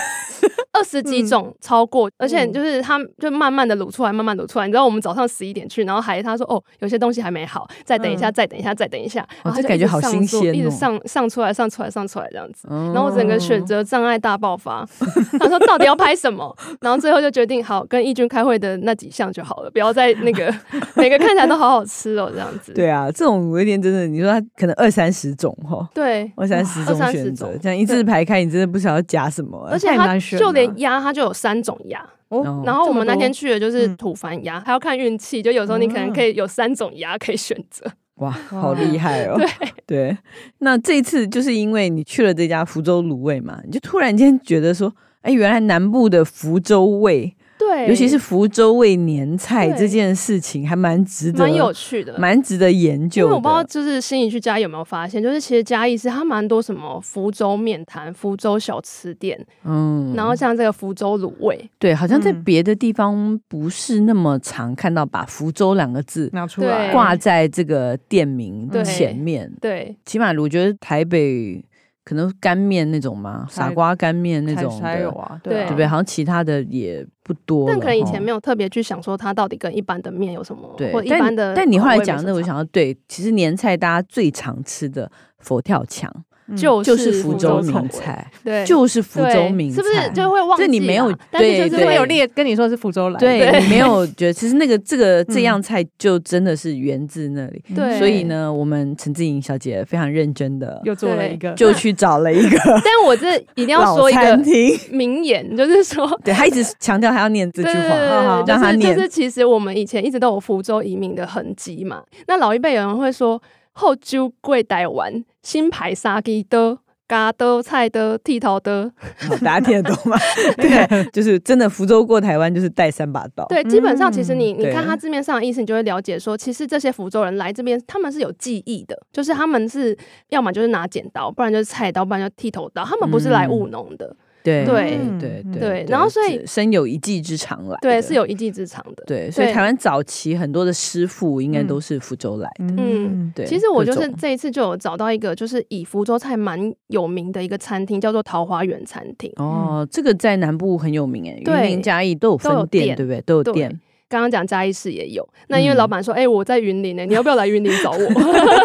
Speaker 2: 二十
Speaker 1: 嗯
Speaker 2: 几种超过，而且就是他就慢慢的卤出来，慢慢地卤出来。你知道我们早上十一点去，然后还他说哦，有些东西还没好，再等一下，
Speaker 3: 嗯
Speaker 2: 再等一下，再等一下。
Speaker 1: 哦
Speaker 2: 然后他
Speaker 1: 这感觉
Speaker 2: 一直
Speaker 1: 好
Speaker 2: 上
Speaker 1: 新
Speaker 2: 桌
Speaker 1: 鲜
Speaker 2: 一直
Speaker 1: 哦
Speaker 2: 上上出来，上出来，上出来这样子。
Speaker 1: 然
Speaker 2: 然后我整个选择障碍大爆发， 他说到底要拍什么，然后最后就决定好跟义军开会的那几项就好了，不要再 那个每个看起来都好好吃哦这样子。
Speaker 1: 对啊，这种有点真的，你说它可能二三十种哈，
Speaker 2: 对，
Speaker 1: 二三十
Speaker 2: 二
Speaker 1: 种
Speaker 2: 三十
Speaker 1: 选择
Speaker 2: 种，
Speaker 1: 这样一字
Speaker 2: 对
Speaker 1: 排开，你真的不晓得加什么、啊
Speaker 2: 而。且
Speaker 3: 太
Speaker 2: 他
Speaker 3: 难选
Speaker 2: 就
Speaker 3: 了
Speaker 2: 连鸭，他就有三种鸭，
Speaker 3: 哦，
Speaker 1: 哦
Speaker 2: 然后我们那天
Speaker 3: 这
Speaker 2: 去的就是
Speaker 3: 嗯
Speaker 2: 土凡鸭，还要看运气，就有时候你可能可
Speaker 1: 哦
Speaker 2: 以有三种鸭可以选 择。
Speaker 1: 哇，好厉害哦！
Speaker 2: 对
Speaker 1: 对，那这一次就是因为你去了这家福州卤味嘛，你就突然间觉得说，哎，原来南部的福州味
Speaker 2: 对
Speaker 1: 尤其是福州味年菜
Speaker 2: 哎对
Speaker 1: 这件事情，还蛮值得，
Speaker 2: 蛮有趣的。
Speaker 1: 蛮值得研
Speaker 2: 因
Speaker 1: 究
Speaker 2: 为
Speaker 1: 的。
Speaker 2: 我不知道，就是心仪去嘉义有没有发现，就是其实嘉义是它蛮多什么福州面摊、福州小吃店，
Speaker 1: 嗯，
Speaker 2: 然后像这个福州卤味，
Speaker 1: 对，好像在
Speaker 3: 嗯
Speaker 1: 别的地方不是那么常看到把福州两个字
Speaker 3: 拿出来
Speaker 2: 对
Speaker 1: 挂在这个店名
Speaker 2: 对
Speaker 1: 前面。
Speaker 2: 对
Speaker 1: 起码我觉得台北可能干面那种嘛，
Speaker 3: 才
Speaker 1: 傻瓜干面那
Speaker 3: 才
Speaker 1: 种
Speaker 3: 才
Speaker 1: 的
Speaker 3: 有啊，
Speaker 1: 对
Speaker 3: 啊
Speaker 1: 不对？好像其他的也不多了。
Speaker 2: 但可能以前
Speaker 1: 哦
Speaker 2: 没有特别去想说它到底跟一般的面有什么，
Speaker 1: 对
Speaker 2: 或，一
Speaker 1: 但
Speaker 2: 般的
Speaker 1: 但你后来
Speaker 2: 口味有
Speaker 1: 讲
Speaker 2: 什
Speaker 1: 那，
Speaker 2: 么
Speaker 1: 我
Speaker 2: 差
Speaker 1: 想到对，其实年菜大家最常吃的佛跳墙
Speaker 3: 嗯
Speaker 2: 就
Speaker 1: 就是福
Speaker 2: 福
Speaker 1: 州
Speaker 2: 口
Speaker 1: 名
Speaker 2: 味，
Speaker 1: 菜，
Speaker 2: 对，
Speaker 1: 就是福州
Speaker 2: 对
Speaker 1: 名菜，
Speaker 2: 是不是就会忘记
Speaker 1: 这
Speaker 2: 啦？
Speaker 1: 你没有
Speaker 2: 但是
Speaker 1: 对
Speaker 2: 就
Speaker 3: 就是是
Speaker 2: 会
Speaker 3: 会有
Speaker 2: 有
Speaker 3: 列跟你说是福州来的，
Speaker 1: 对
Speaker 2: 对
Speaker 1: 你没有觉得，其实那个这个这
Speaker 3: 嗯
Speaker 1: 样菜就真的是源自那里。
Speaker 2: 对
Speaker 1: 所以呢，我们陈志颖小姐非常认真的
Speaker 3: 又做了一个，
Speaker 1: 就去找了 一个
Speaker 2: 但我这一定要
Speaker 1: 老
Speaker 2: 说一个
Speaker 1: 餐厅，
Speaker 2: 名言， 就是说
Speaker 1: 对他一直强调他要念这句
Speaker 2: 对对
Speaker 1: 话，
Speaker 2: 对对
Speaker 3: 好好
Speaker 2: 就
Speaker 1: 让他
Speaker 2: 是
Speaker 1: 念
Speaker 2: 就是其实我们以前一直都有福州移民的痕迹嘛。那老一辈有人会说后州贵台湾新牌沙鸡的。嘎的菜的剃头 的，
Speaker 1: 好 大家听得 懂吗？对，就是真的福州过台湾就是带三把刀，
Speaker 2: 对，基本上其实你、你
Speaker 1: 嗯对
Speaker 2: 看它字面上的意思，你就会了解说，其实这些福州人来这边，他们是有技艺的，就是
Speaker 1: 嗯
Speaker 2: 他们是要么就是拿剪刀，不然就是菜刀，不然就剃头刀，他们不是来务农的。
Speaker 1: 对
Speaker 2: 对
Speaker 1: 对
Speaker 3: 嗯
Speaker 2: 对然后所以
Speaker 1: 是深有一技之长来的，
Speaker 2: 对，是有一技之长的。
Speaker 1: 对，所以
Speaker 2: 对
Speaker 1: 台湾早期很多的师傅应该
Speaker 3: 嗯
Speaker 1: 都是福州来的，
Speaker 2: 嗯
Speaker 1: 对，
Speaker 2: 其实我就是
Speaker 1: 各种
Speaker 2: 这一次就有找到一个，就是以福州菜蛮有名的一个餐厅，叫做桃花源餐厅。
Speaker 1: 哦，这个在南部很有名哎，
Speaker 2: 嗯对
Speaker 1: 云林嘉义都有
Speaker 2: 都有
Speaker 1: 分店，
Speaker 2: 店
Speaker 1: 对不对？都有
Speaker 2: 对
Speaker 1: 店，
Speaker 2: 刚刚讲嘉义市也有，那因为
Speaker 1: 嗯
Speaker 2: 老板说，哎、我在云林呢、你要不要来云林 找我？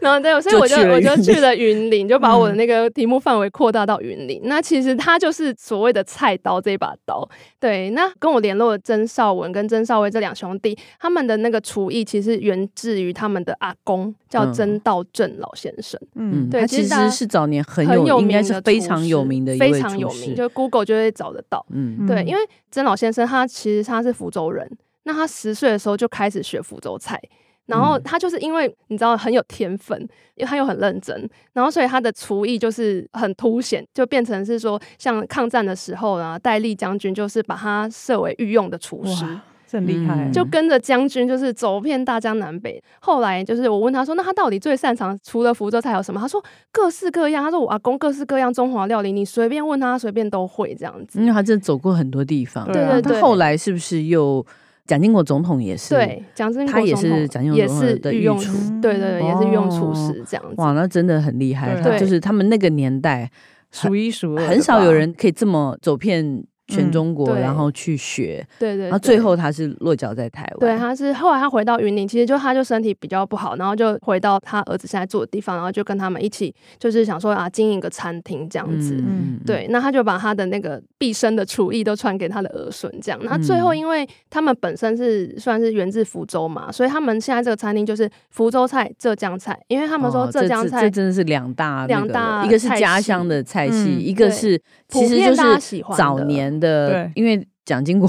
Speaker 2: 然后对，所以我就
Speaker 1: 就去了
Speaker 2: 我
Speaker 1: 云林嗯
Speaker 2: 就去了云林，就把我的那个题目范围扩大到云林。那其实它就是所谓的菜刀这把刀。对，那跟我联络的曾少文跟曾少威这两兄弟，他们的那个厨艺其实源自于他们的阿公，叫
Speaker 1: 嗯
Speaker 2: 曾道正老先生。
Speaker 1: 嗯，
Speaker 3: 嗯
Speaker 2: 对
Speaker 1: 他
Speaker 2: 其
Speaker 1: 其
Speaker 2: 实大
Speaker 1: 实
Speaker 2: 家
Speaker 1: 是早年很
Speaker 2: 很有
Speaker 1: 应
Speaker 2: 名
Speaker 1: 该
Speaker 2: 的
Speaker 1: 是非
Speaker 2: 厨
Speaker 1: 常有
Speaker 2: 师
Speaker 1: 名的一
Speaker 2: 非
Speaker 1: 位
Speaker 2: 常
Speaker 1: 厨
Speaker 2: 有名，
Speaker 1: 师，
Speaker 2: 就 Google 就会找得到。
Speaker 1: 嗯，
Speaker 2: 对，因
Speaker 3: 为
Speaker 2: 为曾老先生他其实他是福州人，那他十岁的时候就开始学福州菜，然后
Speaker 1: 嗯
Speaker 2: 他就是因为你知道很有天分，因为他又很认真，然后所以他的厨艺就是很凸显，就变成是说像抗战的时候啊，戴笠将军就是把他设为御用的厨师。
Speaker 3: 哇，这很厉害，
Speaker 1: 嗯
Speaker 2: 就跟着将军，就是走遍大江南北。后来就是我问他说，那他到底最擅长除了福州菜有什么？他说各式各样。他说我阿公各式各样中华料理，你随便问他，随便都会这样子。
Speaker 1: 因为他真的走过很多地方，
Speaker 3: 对啊
Speaker 2: 对对
Speaker 1: 嗯他后来是不是又蒋经国总统也是？
Speaker 2: 对，蒋经国
Speaker 1: 他也
Speaker 2: 总统
Speaker 1: 是蒋经国
Speaker 2: 也
Speaker 1: 总统
Speaker 2: 是
Speaker 1: 的
Speaker 2: 御
Speaker 1: 御
Speaker 2: 用
Speaker 1: 厨
Speaker 3: 嗯
Speaker 2: 厨对对对，也是御用厨
Speaker 1: 哦
Speaker 2: 师这样子。
Speaker 1: 哇，那真的很厉害，
Speaker 3: 对
Speaker 1: 他就是他们那个年代
Speaker 3: 数一数二，
Speaker 1: 很少有，人可以这么走遍全中国，
Speaker 2: 嗯对
Speaker 1: 然后去学，
Speaker 2: 对对，
Speaker 1: 然后
Speaker 2: 对
Speaker 1: 最后他是落脚在台湾。
Speaker 2: 对，他是后来他回到云林，其实就他就身体比较不好，然后就回到他儿子现在住的地方，然后就跟他们一起就是想说啊，经营一个餐厅这样子。
Speaker 3: 嗯
Speaker 2: 对，那他就把他的那个毕生的厨艺都传给他的儿孙，这样。那最后，
Speaker 1: 嗯
Speaker 2: 因为他们本身是算是源自福州嘛，所以他们现在这个餐厅就是福州菜、浙江菜，因为他
Speaker 1: 他
Speaker 2: 们说浙江菜
Speaker 1: 哦这真的是两大那
Speaker 2: 两
Speaker 1: 个
Speaker 2: 大
Speaker 1: 了一个是
Speaker 2: 菜
Speaker 1: 家
Speaker 2: 系
Speaker 1: 乡的菜系，
Speaker 3: 嗯
Speaker 1: 一个
Speaker 2: 对
Speaker 1: 是
Speaker 2: 普
Speaker 1: 其实
Speaker 2: 遍
Speaker 1: 就
Speaker 2: 大家
Speaker 1: 是
Speaker 2: 喜欢的
Speaker 1: 早年的
Speaker 3: 对，
Speaker 1: 因为蒋经国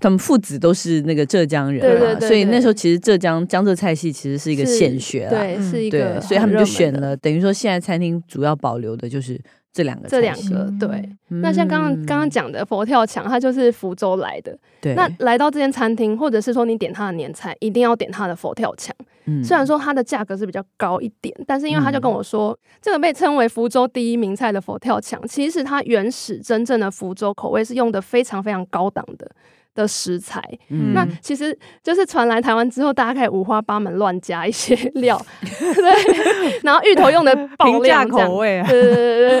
Speaker 1: 他们父子都是那个浙江人嘛，
Speaker 2: 对对对
Speaker 1: 所以
Speaker 2: 对
Speaker 1: 那时候其实浙江江浙菜系其实是一个
Speaker 2: 是
Speaker 1: 现学啦，
Speaker 2: 对，是一
Speaker 1: 对
Speaker 2: 个，
Speaker 1: 所以他们就选
Speaker 2: 了。
Speaker 1: 了，等于说现在餐厅主要保留的就是这两个
Speaker 2: 这两
Speaker 1: 菜系嗯
Speaker 2: 个
Speaker 3: 嗯
Speaker 2: 对，那像刚刚刚刚讲的佛跳墙，它就是福州来的。
Speaker 1: 对，
Speaker 2: 那来到这间餐厅，或者是说你点它的年菜，一定要点它的佛跳墙。
Speaker 1: 嗯
Speaker 2: 虽然说它的价格是比较高一点，但是因为他就跟我说，这个被称为福州第一名菜的佛跳墙，其实它原始真正的福州口味是用的非常非常高档的。的食材，
Speaker 1: 嗯
Speaker 2: 那其实就是传来台湾之后，大家开始五花八门乱加一些 料，对，然后芋头用的爆
Speaker 3: 平价
Speaker 2: 量这样
Speaker 3: 口，味啊，
Speaker 2: 对对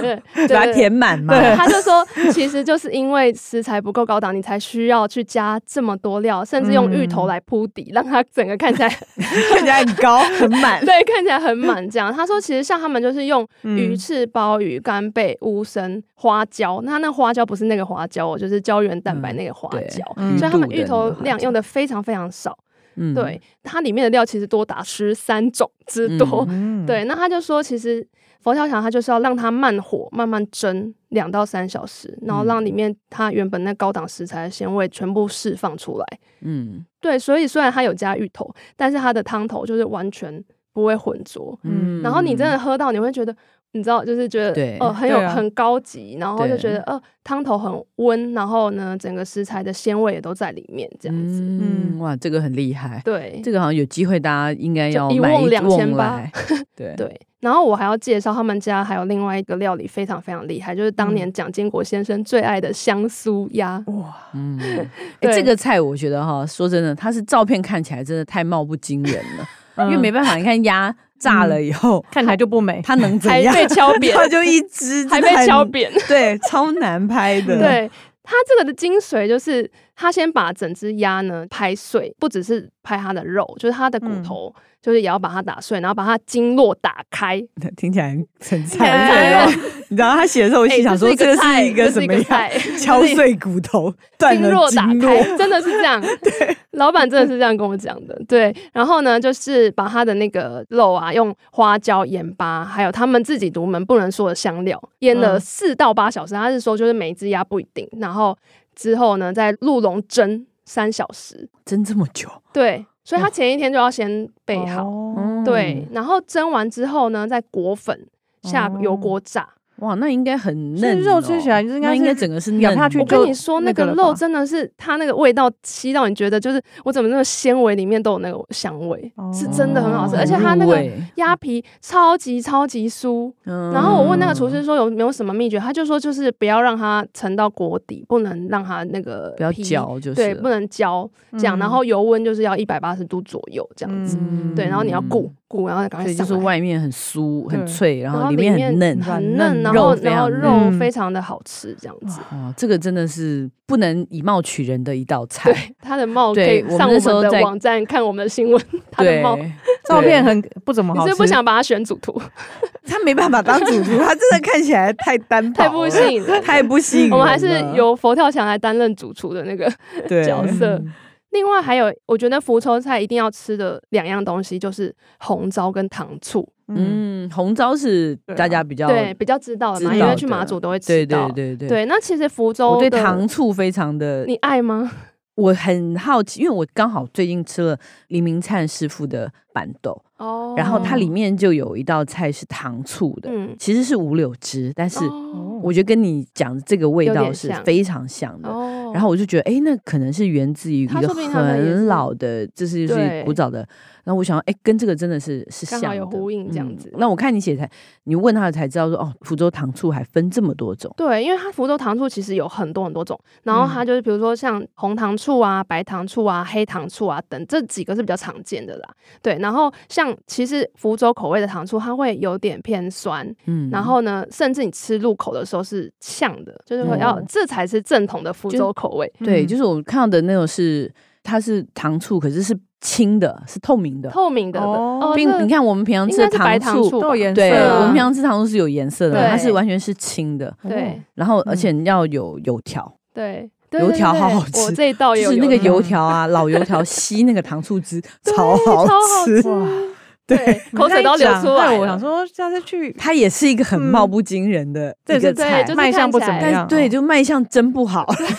Speaker 2: 对对 对对，
Speaker 1: 把它
Speaker 2: 对
Speaker 1: 填满嘛，
Speaker 2: 他就说，其实就是因为食材不够高档，你才需要去加这么多料，甚至用芋
Speaker 1: 嗯
Speaker 2: 头来铺底，让它整个看起来
Speaker 1: 看起来很 高很满，
Speaker 2: 对看起来很满这样。他说，其实像他们就是用鱼
Speaker 3: 嗯
Speaker 2: 翅、鲍鱼、干贝、乌参、花椒，那那花椒不是那个花椒哦，就是胶原蛋白
Speaker 1: 嗯
Speaker 2: 那个花
Speaker 1: 对
Speaker 2: 椒，
Speaker 3: 嗯
Speaker 2: 所以他们
Speaker 1: 鱼肚的
Speaker 2: 芋头
Speaker 1: 那个花
Speaker 2: 量
Speaker 1: 椒
Speaker 2: 用的非常非常少。
Speaker 1: 嗯
Speaker 2: 对，它里面的料其实多达十三种之多。
Speaker 1: 嗯
Speaker 3: 嗯，
Speaker 2: 对，那他就说，其实佛跳墙它就是要让它慢火慢慢蒸两到三小时，然后
Speaker 1: 嗯
Speaker 2: 让里面它原本那高档食材的鲜味全部释放出来。
Speaker 1: 嗯
Speaker 2: 对，所以虽然它有加芋头，但是它的汤头就是完全不会浑浊，
Speaker 1: 嗯，
Speaker 2: 然后你真的喝到，你会觉得。你知道，就是觉得
Speaker 1: 对
Speaker 2: 呃很有、
Speaker 3: 对啊
Speaker 2: 很高级，然后就
Speaker 1: 对
Speaker 2: 觉得呃汤头很温，然后呢整个食材的鲜味也都在里面，这样子。
Speaker 1: 嗯，哇，这个很厉害，
Speaker 2: 对，
Speaker 1: 这个好像有机会，大家应该要
Speaker 2: 就一
Speaker 1: 买
Speaker 2: 瓮
Speaker 1: 一
Speaker 2: 两千
Speaker 1: 瓮
Speaker 2: 八
Speaker 1: 来，对，
Speaker 2: 对，然后我还要介绍他们家还有另外一个料理非常非常厉害，就是
Speaker 1: 嗯
Speaker 2: 当年蒋经国先生最爱的香酥鸭。
Speaker 3: 哇，
Speaker 1: 嗯，哎，
Speaker 2: 对
Speaker 1: 这个菜我觉得哈，说真的，它是照片看起来真的太貌不惊人 了，因
Speaker 2: 嗯
Speaker 1: 为没办法，你看鸭炸了以后，
Speaker 3: 嗯看起来就不美，
Speaker 1: 它能怎
Speaker 2: 还
Speaker 1: 样？
Speaker 2: 被敲 扁，
Speaker 1: 它就一只， 真
Speaker 2: 还
Speaker 1: 的嗯
Speaker 2: 被
Speaker 1: 很
Speaker 2: 敲扁。
Speaker 1: 对，超难 拍的。
Speaker 2: 对，它这个的精髓就是，他先把整只鸭呢拍碎，不只是拍它的肉，就是它的骨
Speaker 3: 嗯
Speaker 2: 头，就是也要把它打碎，然后把它经络打开。
Speaker 1: 对，听起来 很
Speaker 2: 很
Speaker 1: 残
Speaker 2: 残
Speaker 1: 忍 哦。你知道他写的时候，我
Speaker 2: 哎
Speaker 1: 心想说，
Speaker 2: 这
Speaker 1: 这
Speaker 2: 是
Speaker 1: 个是
Speaker 2: 一个菜
Speaker 1: 一
Speaker 2: 这
Speaker 1: 个
Speaker 2: 是
Speaker 1: 什
Speaker 2: 一
Speaker 1: 么
Speaker 2: 个
Speaker 1: 呀
Speaker 2: 菜？
Speaker 1: 敲碎骨 头，断
Speaker 2: 经
Speaker 1: 了
Speaker 2: 络打
Speaker 1: 经络。
Speaker 2: 开，真的是这 样。 老板真的是这样跟我讲的。对，然后呢，就是把他的那个肉啊，用花椒、盐巴，还有他们自己独门不能说的香料，腌了
Speaker 3: 嗯
Speaker 2: 四到八小时。他是说，就是每一只鸭不一定，然后之后呢，在鹿笼蒸三小时。
Speaker 1: 真这么久？
Speaker 2: 对，所以
Speaker 1: 哦
Speaker 2: 他前一天就要先备好。
Speaker 3: 哦
Speaker 1: 嗯哦
Speaker 2: 对，然后蒸完之后呢，再裹粉下油锅炸。
Speaker 1: 哇，那应该很嫩哦、
Speaker 3: 是肉吃起来就是应该
Speaker 1: 那
Speaker 3: 是
Speaker 1: 应该整个是嫩哦
Speaker 3: 咬下去
Speaker 2: 我
Speaker 3: 就
Speaker 2: 跟你说，那
Speaker 3: 那
Speaker 2: 个
Speaker 3: 个了
Speaker 2: 肉
Speaker 3: 吧
Speaker 2: 真的是它那个味道吸到，你觉得就是我怎么那个纤维里面都有那个香味，
Speaker 3: 哦
Speaker 2: 是真的很好吃，
Speaker 3: 哦
Speaker 2: 而且它那
Speaker 1: 入
Speaker 2: 个
Speaker 1: 味
Speaker 2: 鸭皮超级超级酥。
Speaker 1: 嗯
Speaker 2: 然后我问那个厨师说有没有什么秘诀，他就说就是不要让它沉到锅底，不能让它那个
Speaker 1: 不要
Speaker 2: 皮
Speaker 1: 嚼就是
Speaker 2: 对，
Speaker 1: 了
Speaker 2: 不能焦这样，
Speaker 3: 嗯
Speaker 2: 然后油温就是要一百八十度左右这样子，
Speaker 3: 嗯
Speaker 2: 对，然后你要顾
Speaker 1: 嗯
Speaker 2: 顾，然后赶
Speaker 1: 所
Speaker 2: 快
Speaker 1: 以就
Speaker 2: 上
Speaker 1: 是
Speaker 2: 来。
Speaker 1: 外面很酥
Speaker 3: 对
Speaker 1: 很脆，然
Speaker 2: 然
Speaker 1: 后
Speaker 2: 后
Speaker 1: 里
Speaker 2: 面
Speaker 1: 很嫩。
Speaker 2: 很
Speaker 3: 软
Speaker 2: 嫩，然
Speaker 1: 肉
Speaker 2: 后
Speaker 1: 非
Speaker 2: 然
Speaker 1: 常
Speaker 2: 后
Speaker 1: 嗯
Speaker 2: 肉
Speaker 3: 嫩
Speaker 2: 非常的好吃，这样子。
Speaker 1: 哦，这个真的是不能以貌取人的一道菜。
Speaker 2: 对，他的帽可
Speaker 1: 对
Speaker 2: 以
Speaker 1: 我们
Speaker 2: 上
Speaker 1: 那
Speaker 2: 我
Speaker 1: 时候
Speaker 2: 们的
Speaker 1: 在
Speaker 2: 网站看我们的 新闻。他的
Speaker 1: 对，
Speaker 2: 猫
Speaker 3: 照片很不怎么
Speaker 2: 你
Speaker 3: 好
Speaker 2: 是
Speaker 3: 吃，
Speaker 2: 不是不想把它选主 图，
Speaker 3: 他没办法当主厨，他真的看起来太单薄
Speaker 2: 太不吸引人。
Speaker 3: 太不吸引人了
Speaker 2: 我们还是由佛跳墙来担任主厨的那个。
Speaker 3: 对
Speaker 2: 角色另外还有，我觉得福州菜一定要吃的两样东西就是红糟跟糖醋，
Speaker 3: 嗯，
Speaker 1: 嗯，红糟是
Speaker 3: 对啊
Speaker 1: 大家比较
Speaker 2: 对，比较知道的嘛，
Speaker 1: 知
Speaker 2: 因
Speaker 1: 道
Speaker 2: 为
Speaker 1: 的
Speaker 2: 去马祖都会吃
Speaker 1: 对
Speaker 2: 到
Speaker 1: 对。对对。
Speaker 2: 对那其实福州
Speaker 1: 我对
Speaker 2: 的
Speaker 1: 糖醋非常的，
Speaker 2: 你爱吗？
Speaker 1: 我很好奇，因为我刚好最近吃了黎明灿师傅的板豆，
Speaker 2: 哦
Speaker 1: 然后它里面就有一道菜是糖醋的，
Speaker 2: 嗯
Speaker 1: 其实是五柳汁，但是
Speaker 2: 哦
Speaker 1: 我觉得跟你讲的这个味
Speaker 2: 有
Speaker 1: 道
Speaker 2: 点
Speaker 1: 是
Speaker 2: 像
Speaker 1: 非常像的。
Speaker 2: 哦
Speaker 1: 然后我就觉得，哎，那可能是源自于一
Speaker 2: 它
Speaker 1: 个
Speaker 2: 说不定他们也
Speaker 1: 很
Speaker 2: 是
Speaker 1: 老的，这是就是
Speaker 2: 对
Speaker 1: 古早的。然后我想，哎，跟这个真的是是
Speaker 2: 刚
Speaker 1: 像
Speaker 2: 好
Speaker 1: 的，嗯
Speaker 2: 有呼应这样子
Speaker 1: 那我看你写才，你问他才知道说，哦，福州糖醋还分这么多种。
Speaker 2: 对，因为它福州糖醋其实有很多很多种，然后它就是比如说像红糖醋啊、白糖醋啊、黑糖醋啊等这几个是比较常见的啦。对，然后像其实福州口味的糖醋，它会有点偏酸，
Speaker 1: 嗯
Speaker 2: 然后呢，甚至你吃入口的时候是呛的，就是会要、
Speaker 3: 嗯
Speaker 2: 这才是正统的福
Speaker 1: 就
Speaker 2: 州口味。
Speaker 1: 对，
Speaker 3: 嗯
Speaker 1: 就是我看到的那种是，它是糖醋，可是是清的，是透明的，
Speaker 2: 透明的的
Speaker 3: 哦
Speaker 2: 哦，
Speaker 1: 并
Speaker 2: 这
Speaker 1: 你看我们平常
Speaker 2: 应
Speaker 1: 吃的
Speaker 2: 该是白糖醋
Speaker 3: 都有
Speaker 2: 吧，
Speaker 3: 颜色
Speaker 1: 对，
Speaker 2: 啊
Speaker 1: 我们平常吃糖醋是有颜色的嘛，
Speaker 2: 对嗯
Speaker 1: 它是完全是清的，
Speaker 2: 哦对
Speaker 1: 然后而且你要有油条，
Speaker 2: 对。
Speaker 1: 油
Speaker 2: 对对
Speaker 1: 条
Speaker 2: 对
Speaker 1: 好好
Speaker 2: 我
Speaker 1: 吃
Speaker 2: 这一道也
Speaker 1: 就
Speaker 2: 哦有嗯
Speaker 1: 是那个
Speaker 3: 条
Speaker 1: 油条啊，老油条吸那个糖醋 汁，超
Speaker 2: 超好
Speaker 1: 吃。
Speaker 3: 哇，
Speaker 2: 对，口水都流出来
Speaker 3: 对
Speaker 2: 了。
Speaker 3: 哎我想说下次去
Speaker 1: 它也是一个很貌不惊人的一
Speaker 3: 对
Speaker 1: 个
Speaker 3: 对
Speaker 2: 嗯对
Speaker 1: 菜，
Speaker 2: 就是
Speaker 3: 卖相不怎么
Speaker 2: 看起来
Speaker 3: 样
Speaker 1: 但
Speaker 3: 哦，
Speaker 1: 对，就卖相真不好，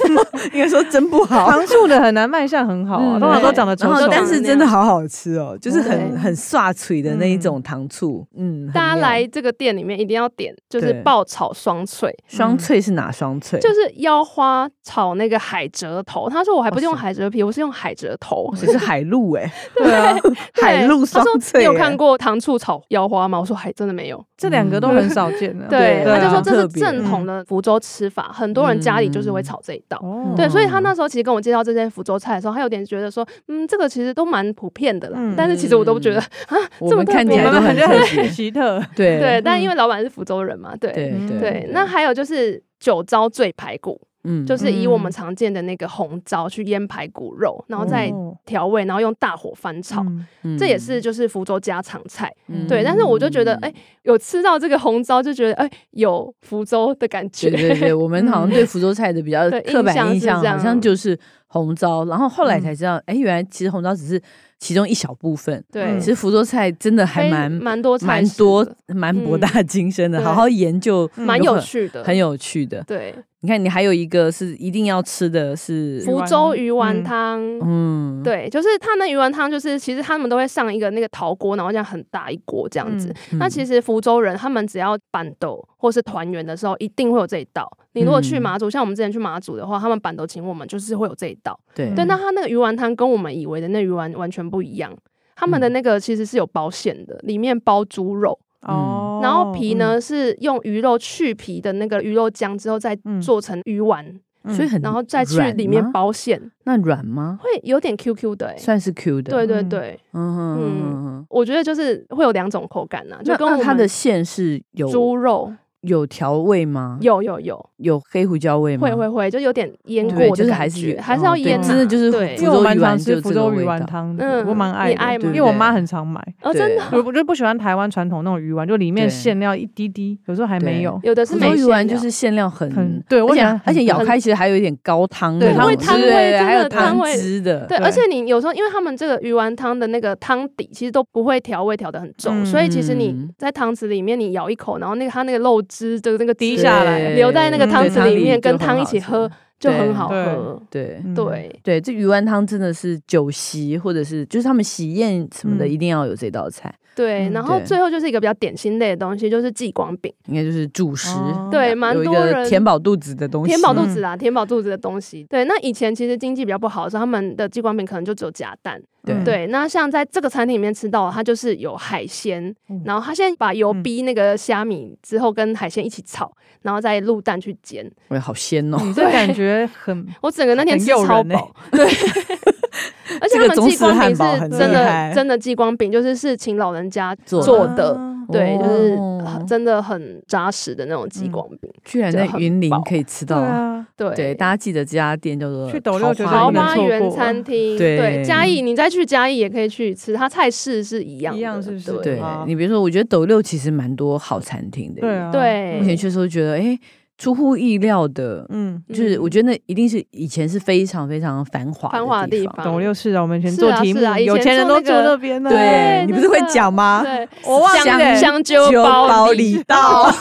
Speaker 1: 应该说真不
Speaker 2: 哦
Speaker 1: 好。
Speaker 3: 糖醋的很难卖相很好啊，
Speaker 1: 嗯
Speaker 3: 通常都长得
Speaker 1: 然
Speaker 3: 丑
Speaker 1: 后
Speaker 3: 丑，
Speaker 1: 但
Speaker 3: 的。
Speaker 1: 是真的好好吃哦，就是很
Speaker 2: 对
Speaker 1: 很刷嘴的那一种糖醋，嗯，
Speaker 2: 大家
Speaker 1: 很妙
Speaker 2: 来这个店里面一定要点，就是
Speaker 1: 对
Speaker 2: 爆炒双脆，
Speaker 1: 双脆是哪双脆？
Speaker 2: 就是腰花炒那个海蜇头。他说我还不是用
Speaker 1: 哇塞
Speaker 2: 海蜇皮，我是用海蜇头。
Speaker 1: 只哦是海陆哎，
Speaker 3: 对 啊，
Speaker 2: 对
Speaker 1: 海陆双
Speaker 2: 他说
Speaker 1: 脆，欸哦
Speaker 2: 你有看？过糖醋炒腰花吗？我说还真的没有。
Speaker 3: 这两个都很少见的，
Speaker 2: 嗯对，
Speaker 1: 对
Speaker 2: 他就
Speaker 3: 啊
Speaker 2: 说这
Speaker 1: 特
Speaker 2: 是
Speaker 1: 别嗯
Speaker 2: 正统的福州吃法，很多人家里就是会炒这一道。
Speaker 3: 哦
Speaker 2: 对，所以他那时候其实跟我介绍这些福州菜的时候，他有点觉得说，嗯，这个其实都蛮普遍的啦。
Speaker 3: 嗯
Speaker 2: 但是其实我都不觉得啊，
Speaker 1: 我
Speaker 2: 这么
Speaker 1: 们
Speaker 2: 特
Speaker 1: 看起
Speaker 2: 别
Speaker 1: 来
Speaker 3: 我
Speaker 1: 都
Speaker 3: 们
Speaker 1: 很
Speaker 3: 感觉
Speaker 1: 特
Speaker 3: 很
Speaker 1: 别，
Speaker 3: 奇特，
Speaker 1: 对
Speaker 2: 对。但因为老板是福州人嘛，对
Speaker 1: 嗯对
Speaker 3: 嗯
Speaker 2: 对那还有就是酒糟醉排骨，
Speaker 1: 嗯
Speaker 2: 就是以我们
Speaker 3: 嗯
Speaker 2: 常见的那个红糟去腌排骨肉，然后再
Speaker 3: 哦
Speaker 2: 调味，然后用大火翻炒。
Speaker 3: 嗯
Speaker 2: 这也是就是福州家常菜，
Speaker 1: 嗯
Speaker 2: 对。但是我就觉得，哎、有吃到这个红糟，就觉得哎、有福州的感 觉。
Speaker 1: 对对对，我们好像对福州菜的比较
Speaker 2: 嗯对
Speaker 1: 刻
Speaker 2: 印象
Speaker 1: 板
Speaker 2: 是
Speaker 1: 印象，
Speaker 2: 这样嗯
Speaker 1: 好像就是红糟，然后后来才知道，哎，原来其实红糟只是其中一小部分，
Speaker 2: 对
Speaker 3: 嗯
Speaker 1: 其实福州菜真的还
Speaker 2: 非
Speaker 1: 蛮
Speaker 2: 蛮多菜
Speaker 1: 蛮
Speaker 2: 式
Speaker 1: 多
Speaker 2: 的
Speaker 1: 蛮博大精深的，
Speaker 2: 嗯对
Speaker 1: 好好研究，
Speaker 3: 嗯
Speaker 2: 蛮有趣的，
Speaker 1: 很有趣的。
Speaker 2: 对。
Speaker 1: 你看，你还有一个是一定要吃的是，
Speaker 2: 福州鱼丸汤，
Speaker 1: 嗯，
Speaker 2: 对，就是它那鱼丸汤，就是其实他们都会上一个那个陶锅，然后这样很大一锅这样子。
Speaker 1: 嗯，
Speaker 2: 那其实福州人他们只要板豆或是团圆的时候，一定会有这一道。你如果去
Speaker 1: 嗯
Speaker 2: 马祖，像我们之前去马祖的话，他们板豆请我们就是会有这一道。
Speaker 1: 对
Speaker 2: 对，
Speaker 3: 嗯
Speaker 2: 那他那个鱼丸汤跟我们以为的那鱼丸完全不一样。他
Speaker 1: 嗯
Speaker 2: 们的那个其实是有包馅的，里面包猪肉，
Speaker 3: 哦，
Speaker 2: 然后皮
Speaker 1: 嗯
Speaker 2: 呢、是用鱼肉去皮的那个鱼肉浆之后再
Speaker 3: 嗯
Speaker 2: 做成鱼丸，
Speaker 3: 嗯，
Speaker 1: 所以很
Speaker 2: 然后再去
Speaker 1: 软
Speaker 2: 里
Speaker 1: 吗
Speaker 2: 面包馅，
Speaker 1: 那软吗？
Speaker 2: 会有点 Q Q 的、欸。
Speaker 1: 算是 Q 的，
Speaker 2: 对对
Speaker 3: 嗯
Speaker 2: 对，
Speaker 1: 嗯哼嗯哼哼
Speaker 2: 我觉得就是会有两种口感呐、就
Speaker 1: 那
Speaker 2: 跟我
Speaker 1: 那
Speaker 2: 们
Speaker 1: 它的馅是有
Speaker 2: 猪肉
Speaker 1: 有调味吗？
Speaker 2: 有有有，
Speaker 1: 有黑胡椒味吗？
Speaker 2: 会会会，就有点腌过
Speaker 1: 对，
Speaker 2: 的
Speaker 1: 就是
Speaker 2: 感
Speaker 1: 还是
Speaker 2: 觉
Speaker 1: 有
Speaker 2: 还是要
Speaker 1: 哦对
Speaker 2: 腌呐、
Speaker 1: 真的就是
Speaker 2: 对
Speaker 3: 因为我蛮常
Speaker 1: 福州鱼
Speaker 3: 吃
Speaker 1: 丸
Speaker 3: 福州鱼丸汤的，
Speaker 2: 嗯
Speaker 3: 我蛮爱
Speaker 2: 你爱
Speaker 3: 的，
Speaker 2: 吗
Speaker 3: 因为我妈很常买。
Speaker 2: 哦，
Speaker 1: 对
Speaker 2: 真的
Speaker 3: 我就不喜欢台湾传统那种鱼丸，就里面
Speaker 1: 对
Speaker 3: 馅料一滴滴，有时候还没有。
Speaker 2: 有的是
Speaker 1: 福州
Speaker 2: 没
Speaker 1: 鱼
Speaker 2: 馅
Speaker 1: 丸
Speaker 2: 料
Speaker 1: 就是馅料很
Speaker 3: 很对我
Speaker 1: 而且
Speaker 3: 觉得很
Speaker 1: 而且咬
Speaker 2: 很
Speaker 1: 开其实还有一点高汤
Speaker 3: 对
Speaker 1: 那种，
Speaker 3: 会
Speaker 1: 对
Speaker 3: 汤
Speaker 1: 对
Speaker 2: 味
Speaker 1: 对还
Speaker 2: 真
Speaker 1: 有
Speaker 2: 的汤
Speaker 1: 汤
Speaker 2: 味
Speaker 1: 汁的，
Speaker 2: 对，
Speaker 3: 对
Speaker 2: 而且你有时候因为他们这个鱼丸汤的那个汤底其实都不会调味调的很重，
Speaker 3: 嗯
Speaker 2: 所以其实你
Speaker 1: 嗯
Speaker 2: 在汤匙里面你咬一口，然后那个它那个肉汁的那个
Speaker 3: 滴
Speaker 2: 汁
Speaker 1: 啊
Speaker 3: 下来
Speaker 2: 留在那个
Speaker 3: 嗯
Speaker 2: 汤
Speaker 3: 对
Speaker 2: 匙
Speaker 3: 汤
Speaker 2: 里面，跟
Speaker 1: 就很
Speaker 2: 汤一
Speaker 1: 好
Speaker 2: 起
Speaker 1: 吃
Speaker 2: 喝，就很好喝
Speaker 3: 对。
Speaker 1: 对
Speaker 3: 嗯
Speaker 2: 对，
Speaker 1: 对，这鱼丸汤真的是酒席或者是就是他们喜宴什么的，
Speaker 3: 嗯
Speaker 1: 一定要有这道菜，
Speaker 2: 对，
Speaker 3: 嗯
Speaker 2: 然后
Speaker 1: 对
Speaker 2: 最后就是一个比较点心类的东西，就是祭光饼，
Speaker 1: 应该就是主食，
Speaker 3: 哦
Speaker 2: 对，蛮
Speaker 1: 有一
Speaker 2: 多
Speaker 1: 个
Speaker 2: 人
Speaker 1: 填饱肚子的东西，嗯
Speaker 2: 填饱肚子啦，填饱肚子的东西。对，那以前其实经济比较不好的时候，他们的鸡冠饼可能就只有夹蛋。
Speaker 1: 对
Speaker 3: 嗯
Speaker 2: 对，那像在这个餐厅里面吃到的，它就是有海鲜
Speaker 1: 哦
Speaker 3: 嗯，
Speaker 2: 然后它现在把油
Speaker 3: 嗯
Speaker 2: 逼那个虾米之后跟海鲜一起炒，然后再入蛋去煎。
Speaker 1: 哎好鲜哦。
Speaker 2: 嗯
Speaker 3: 你这感觉很
Speaker 2: 我整个那天
Speaker 3: 很
Speaker 2: 吃
Speaker 3: 诱
Speaker 2: 超
Speaker 3: 人欸
Speaker 2: 饱， 对，而且
Speaker 1: 这个
Speaker 2: 他们
Speaker 1: 中
Speaker 2: 鸡
Speaker 1: 式
Speaker 2: 光
Speaker 1: 汉
Speaker 2: 饼
Speaker 1: 堡
Speaker 2: 是
Speaker 1: 很
Speaker 2: 真
Speaker 3: 厉
Speaker 2: 的
Speaker 3: 害
Speaker 2: 真的鸡光饼，就是是请老人家
Speaker 1: 做的
Speaker 2: 做的。
Speaker 3: 啊
Speaker 2: 对，就是
Speaker 1: 哦
Speaker 2: 很真的很扎实的那种鸡
Speaker 3: 嗯
Speaker 2: 光饼。
Speaker 1: 居然
Speaker 2: 就
Speaker 1: 在
Speaker 2: 很
Speaker 1: 云林
Speaker 2: 饱
Speaker 1: 可以吃
Speaker 3: 对
Speaker 1: 到，
Speaker 3: 啊，
Speaker 1: 对，大家记得这家店叫做
Speaker 3: 去斗六绝对
Speaker 2: 桃
Speaker 3: 不能
Speaker 2: 花
Speaker 3: 错过
Speaker 2: 源餐厅，
Speaker 1: 对
Speaker 2: 对嘉义，你再去嘉义也可以去吃，它菜式是一样的，
Speaker 3: 一样是不是
Speaker 1: 对
Speaker 3: 啊
Speaker 1: 你别说，我觉得斗六其实蛮多好餐厅的，
Speaker 3: 对啊，
Speaker 2: 对
Speaker 1: 目前确实会觉得，哎，出乎意料的，
Speaker 3: 嗯，
Speaker 1: 就是我觉得那一定是以前是非常非常繁华
Speaker 2: 繁华的地
Speaker 1: 地
Speaker 2: 方
Speaker 3: 斗六市啊，我们以前
Speaker 2: 是
Speaker 3: 做
Speaker 2: 啊
Speaker 3: 题目
Speaker 2: 是啊，以
Speaker 3: 有
Speaker 2: 前
Speaker 3: 钱人
Speaker 2: 做
Speaker 3: 都
Speaker 2: 那
Speaker 3: 住
Speaker 2: 个
Speaker 3: 那边呢。啊
Speaker 1: 对
Speaker 2: 对
Speaker 1: 你不是会
Speaker 2: 真的
Speaker 1: 讲吗？
Speaker 2: 对，
Speaker 3: 我忘
Speaker 2: 香
Speaker 3: 了欸
Speaker 2: 香蕉
Speaker 1: 九
Speaker 2: 包
Speaker 1: 堡
Speaker 2: 里
Speaker 1: 里 道，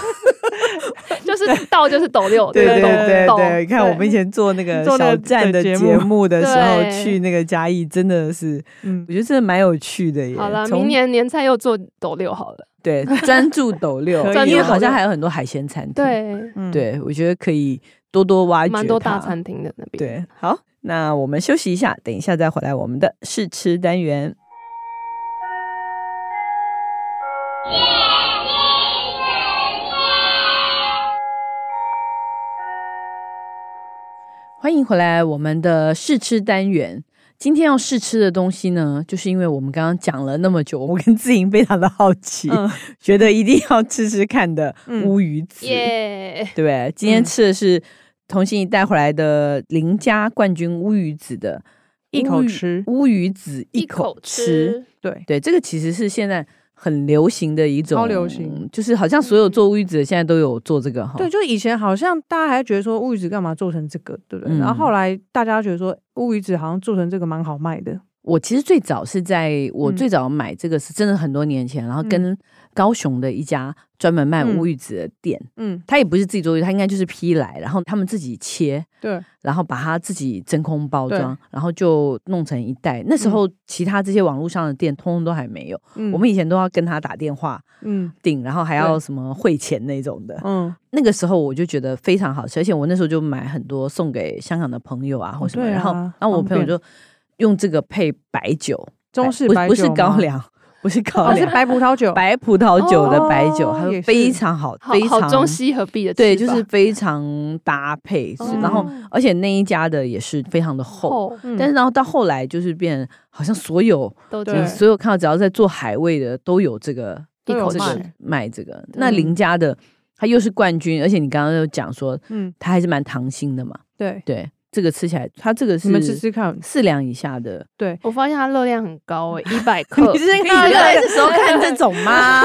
Speaker 2: 就是到就是抖六，
Speaker 1: 对对
Speaker 2: 抖
Speaker 1: 对
Speaker 2: 抖
Speaker 1: 对，你看我们以前做那个
Speaker 3: 做那
Speaker 1: 小
Speaker 3: 个
Speaker 1: 站的
Speaker 3: 的节
Speaker 1: 节目的时候，
Speaker 2: 对
Speaker 1: 去那个嘉义真的是，
Speaker 3: 嗯
Speaker 1: 我，觉得真的蛮有趣的耶。
Speaker 2: 好了，
Speaker 1: 从
Speaker 2: 明年年菜又做抖六好了，
Speaker 1: 对专注斗 六
Speaker 3: 可，
Speaker 2: 以
Speaker 1: 因为
Speaker 2: 啊
Speaker 1: 好像还有很多海鲜餐厅。
Speaker 2: 对，
Speaker 3: 嗯，
Speaker 1: 对，我觉得可以多多挖掘它，
Speaker 2: 蛮多大餐厅的那边。
Speaker 1: 对，好，那我们休息一下，等一下再回来我们的试吃单元。欢迎回来，我们的试吃单元。今天要试吃的东西呢，就是因为我们刚刚讲了那么久，我跟 志颖非常的好奇，
Speaker 3: 嗯
Speaker 1: 觉得一定要吃吃看的
Speaker 3: 嗯
Speaker 1: 乌鱼子。
Speaker 2: 耶，
Speaker 1: 对不对？今天
Speaker 3: 嗯
Speaker 1: 吃的是童心怡带回来的林家冠军乌鱼子的
Speaker 3: 一口
Speaker 1: 乌鱼
Speaker 3: 吃
Speaker 1: 乌鱼子一
Speaker 2: 一
Speaker 1: 口
Speaker 2: 口
Speaker 1: 吃。
Speaker 2: 吃，
Speaker 3: 对，
Speaker 1: 对，这个其实是现在很流行的一种，
Speaker 3: 超流行，嗯
Speaker 1: 就是好像所有做乌鱼子的现在都有做这个哈。
Speaker 3: 对，就以前好像大家还觉得说乌鱼子干嘛做成这个，对不对？
Speaker 1: 嗯
Speaker 3: 然后后来大家觉得说乌鱼子好像做成这个蛮好卖的，
Speaker 1: 我其实最早是在我
Speaker 3: 嗯
Speaker 1: 最早买这个是真的很多年前，然后跟高雄的一家专门卖
Speaker 3: 嗯
Speaker 1: 乌鱼子的店，
Speaker 3: 嗯，
Speaker 1: 他也不是自己做，他应该就是批来，然后他们自己切，
Speaker 3: 对，
Speaker 1: 然后把它自己真空包
Speaker 3: 对
Speaker 1: 装，然后就弄成一袋。那时候其他这些网络上的店通通都还没有，
Speaker 3: 嗯
Speaker 1: 我们以前都要跟他打电话
Speaker 3: 嗯
Speaker 1: 订，然后还要
Speaker 3: 对
Speaker 1: 什么汇钱那种的。
Speaker 3: 嗯，
Speaker 1: 那个时候我就觉得非常好吃，而且我那时候就买很多送给香港的朋友啊或什么，
Speaker 3: 对啊
Speaker 1: 然后然后我
Speaker 3: 方
Speaker 1: 朋友
Speaker 3: 便
Speaker 1: 就用这个配白酒，
Speaker 3: 中
Speaker 1: 白
Speaker 3: 式
Speaker 1: 不是
Speaker 3: 白
Speaker 1: 不是
Speaker 3: 酒
Speaker 1: 高
Speaker 3: 吗
Speaker 1: 粱，不是高
Speaker 3: 哦是
Speaker 1: 粱，
Speaker 3: 白葡萄酒，
Speaker 1: 白葡萄酒的白酒，
Speaker 3: 哦
Speaker 1: 还有
Speaker 3: 也是
Speaker 1: 非常好，
Speaker 2: 好
Speaker 1: 非常
Speaker 2: 好中西合璧的吃法，
Speaker 1: 对，就是非常搭配。是
Speaker 2: 哦
Speaker 1: 然后，而且那一家的也是非常的厚，
Speaker 2: 后
Speaker 3: 嗯
Speaker 1: 但是然后到后来就是变，好像所有
Speaker 2: 都
Speaker 3: 对
Speaker 1: 你
Speaker 2: 这
Speaker 1: 所有看到只要在做海味的都有这个
Speaker 3: 都有
Speaker 1: 这
Speaker 3: 卖
Speaker 1: 个卖这个。那林家的他又是冠军，而且你刚刚又讲说
Speaker 3: 嗯，
Speaker 1: 他还是蛮糖心的嘛，
Speaker 3: 对，
Speaker 1: 对，这个吃起来他这个
Speaker 3: 你们试
Speaker 1: 是
Speaker 3: 试看。
Speaker 1: 四两以下 的。
Speaker 2: 我发现它热量很 高诶，欸一百克。
Speaker 3: 是
Speaker 1: 你原来 是时候看这种吗？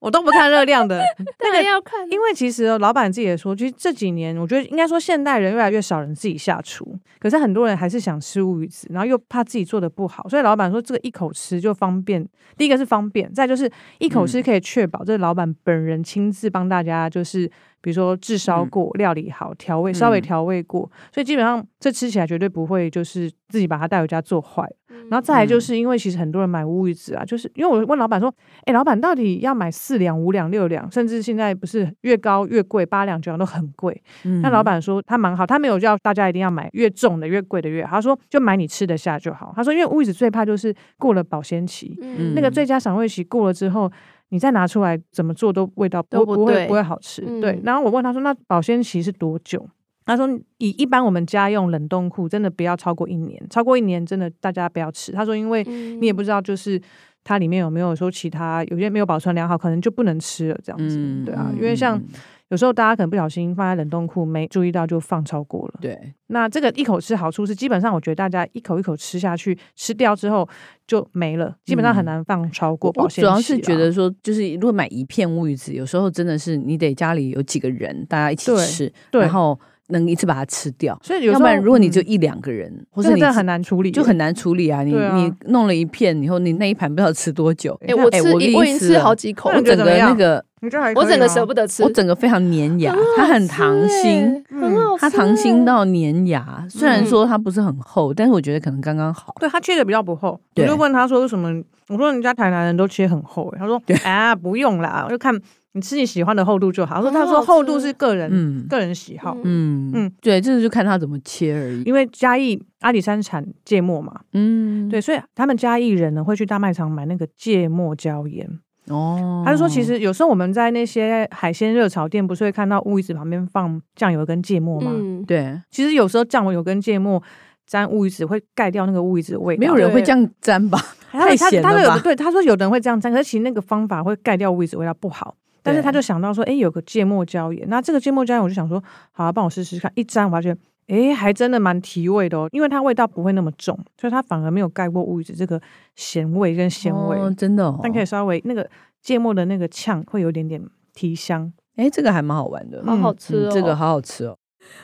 Speaker 3: 我都不看热量的，
Speaker 2: 那个要看
Speaker 3: 因为其实哦老板自己也说，其实这几年我觉得应该说现代人越来越少人自己下厨，可是很多人还是想吃乌鱼子，然后又怕自己做的不好，所以老板说这个一口吃就方便。第一个是方便，再就是一口吃可以确保这老板本人亲自帮大家，就是比如说炙烧过、料理好、调味稍微
Speaker 1: 嗯
Speaker 3: 调味过，所以基本上这吃起来绝对不会就是自己把它带回家做坏。
Speaker 2: 嗯
Speaker 3: 然后再来就是因为其实很多人买乌鱼子啊，就是因为我问老板说，哎，老板到底要买四两、五两、六两，甚至现在不是越高越贵，八两、九两都很贵。
Speaker 1: 那
Speaker 3: 那老板说他蛮好，他没有叫大家一定要买越重的、越贵的越好，他说就买你吃得下就好。他说因为乌鱼子最怕就是过了保鲜期，
Speaker 2: 嗯
Speaker 3: 那个最佳赏味期过了之后，你再拿出来怎么做都味道
Speaker 2: 都
Speaker 3: 不
Speaker 2: 不
Speaker 3: 不会
Speaker 2: 对
Speaker 3: 不会好吃。对
Speaker 2: 嗯，
Speaker 3: 然后我问他说，那保鲜期是多久？他说，以一般我们家用冷冻库，真的不要超过一年，超过一年真的大家不要吃。他说，因为你
Speaker 2: 你
Speaker 3: 也不知道就是它里面有没有说其他有些没有保存良好，可能就不能吃了这样子。对啊，
Speaker 2: 嗯
Speaker 3: 因为像
Speaker 1: 嗯
Speaker 3: 有时候大家可能不小心放在冷冻库没注意到就放超过了。
Speaker 1: 对
Speaker 3: 那这个一口吃好处是，基本上我觉得大家一口一口吃下去，吃掉之后就没了，基本上很难放超过
Speaker 1: 嗯
Speaker 3: 保
Speaker 1: 我
Speaker 3: 鲜期
Speaker 1: 主
Speaker 3: 啦、
Speaker 1: 要是觉得说，就是如果买一片乌鱼子，有时候真的是你得家里有几个人，大家一起
Speaker 3: 对
Speaker 1: 吃，
Speaker 3: 对
Speaker 1: 然，后能一次把它吃掉。
Speaker 3: 所以有时
Speaker 1: 要
Speaker 3: 候
Speaker 1: 不然，如果你
Speaker 3: 嗯
Speaker 1: 就一两个人，或
Speaker 3: 这
Speaker 1: 是
Speaker 3: 个
Speaker 1: 你
Speaker 3: 真的很难处理，
Speaker 1: 就很。难处理啊。你
Speaker 3: 对啊
Speaker 1: 你弄了一片以后，你那一盘不知道吃多久。
Speaker 2: 哎，我
Speaker 1: 哎
Speaker 2: 吃
Speaker 1: 我
Speaker 2: 一
Speaker 1: 第一
Speaker 2: 我已经
Speaker 1: 次
Speaker 2: 吃
Speaker 1: 了
Speaker 2: 好几口
Speaker 3: 那
Speaker 1: 我
Speaker 3: 你觉
Speaker 1: 整
Speaker 3: 得
Speaker 1: 个
Speaker 3: 怎么
Speaker 1: 那
Speaker 3: 样啊
Speaker 1: 个
Speaker 3: 你这还可以啊
Speaker 2: 我整个舍不得吃
Speaker 1: 我。整个非常粘牙
Speaker 2: 很好，
Speaker 1: 它很
Speaker 2: 吃
Speaker 1: 糖
Speaker 2: 欸
Speaker 1: 心，嗯
Speaker 2: 很好吃
Speaker 1: 它
Speaker 2: 欸，
Speaker 1: 糖心到粘
Speaker 3: 嗯
Speaker 1: 牙。虽然说它不是很厚，但是我觉得可能刚刚好。
Speaker 3: 对他切的比较不厚，我
Speaker 1: 对
Speaker 3: 就问他说为什么？我说人家台南人都切很厚、欸，他说啊不用啦，就看你吃你喜欢的厚度就好。他说
Speaker 2: 很好
Speaker 3: 他
Speaker 2: 吃
Speaker 3: 说厚度是个人、
Speaker 1: 哦嗯
Speaker 3: 个人喜好，
Speaker 2: 嗯
Speaker 1: 嗯
Speaker 3: 嗯
Speaker 1: 嗯，对，这个就看它怎么切而已。
Speaker 3: 因为嘉义阿里山产芥末嘛，
Speaker 1: 嗯，
Speaker 3: 对，所以他们嘉义人呢会去大卖场买那个芥末椒盐。
Speaker 1: 哦，
Speaker 3: 他就说其实有时候我们在那些海鲜热炒店不是会看到乌鱼子旁边放酱油跟芥末吗？
Speaker 2: 嗯，
Speaker 1: 对，
Speaker 3: 其实有时候酱油跟芥末。沾乌鱼子会盖掉那个乌鱼子的味道，
Speaker 1: 没有人会
Speaker 2: 对
Speaker 1: 这样沾吧？
Speaker 3: 他会
Speaker 1: 太咸
Speaker 3: 他
Speaker 1: 了
Speaker 3: 他会有
Speaker 1: 吧
Speaker 3: 个对他说，有的人会这样沾，可是其实那个方法会盖掉味子，味道不好。但是
Speaker 1: 对
Speaker 3: 他就想到说，哎，有个芥末椒盐，那这个芥末椒盐，我就想说，好、啊，帮我试试看。一沾，我发现，哎，还真的蛮提味的哦，因为它味道不会那么重，所以它反而没有盖过乌鱼子这个咸味跟鲜味，
Speaker 1: 哦真的哦。
Speaker 3: 但可以稍微那个芥末的那个呛会有点点提香。
Speaker 1: 哎，这个还蛮好玩的。
Speaker 2: 好好
Speaker 1: 嗯
Speaker 2: 吃哦，
Speaker 1: 这个好好吃哦。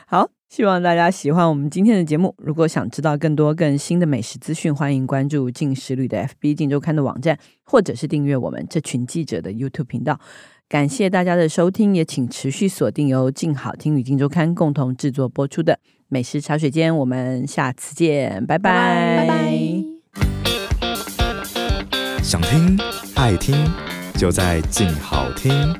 Speaker 1: 好，希望大家喜欢我们今天的节目。如果想知道更多更新的美食资讯，欢迎关注“进食旅”的 FB“ 进周刊”的网站，或者是订阅我们这群记者的 YouTube 频道。感谢大家的收听，也请持续锁定由“静好听”与“静周刊”共同制作播出的《美食茶水间》。我们下次见，拜
Speaker 3: 拜
Speaker 2: 拜拜。
Speaker 4: 想听爱听，就在静好听。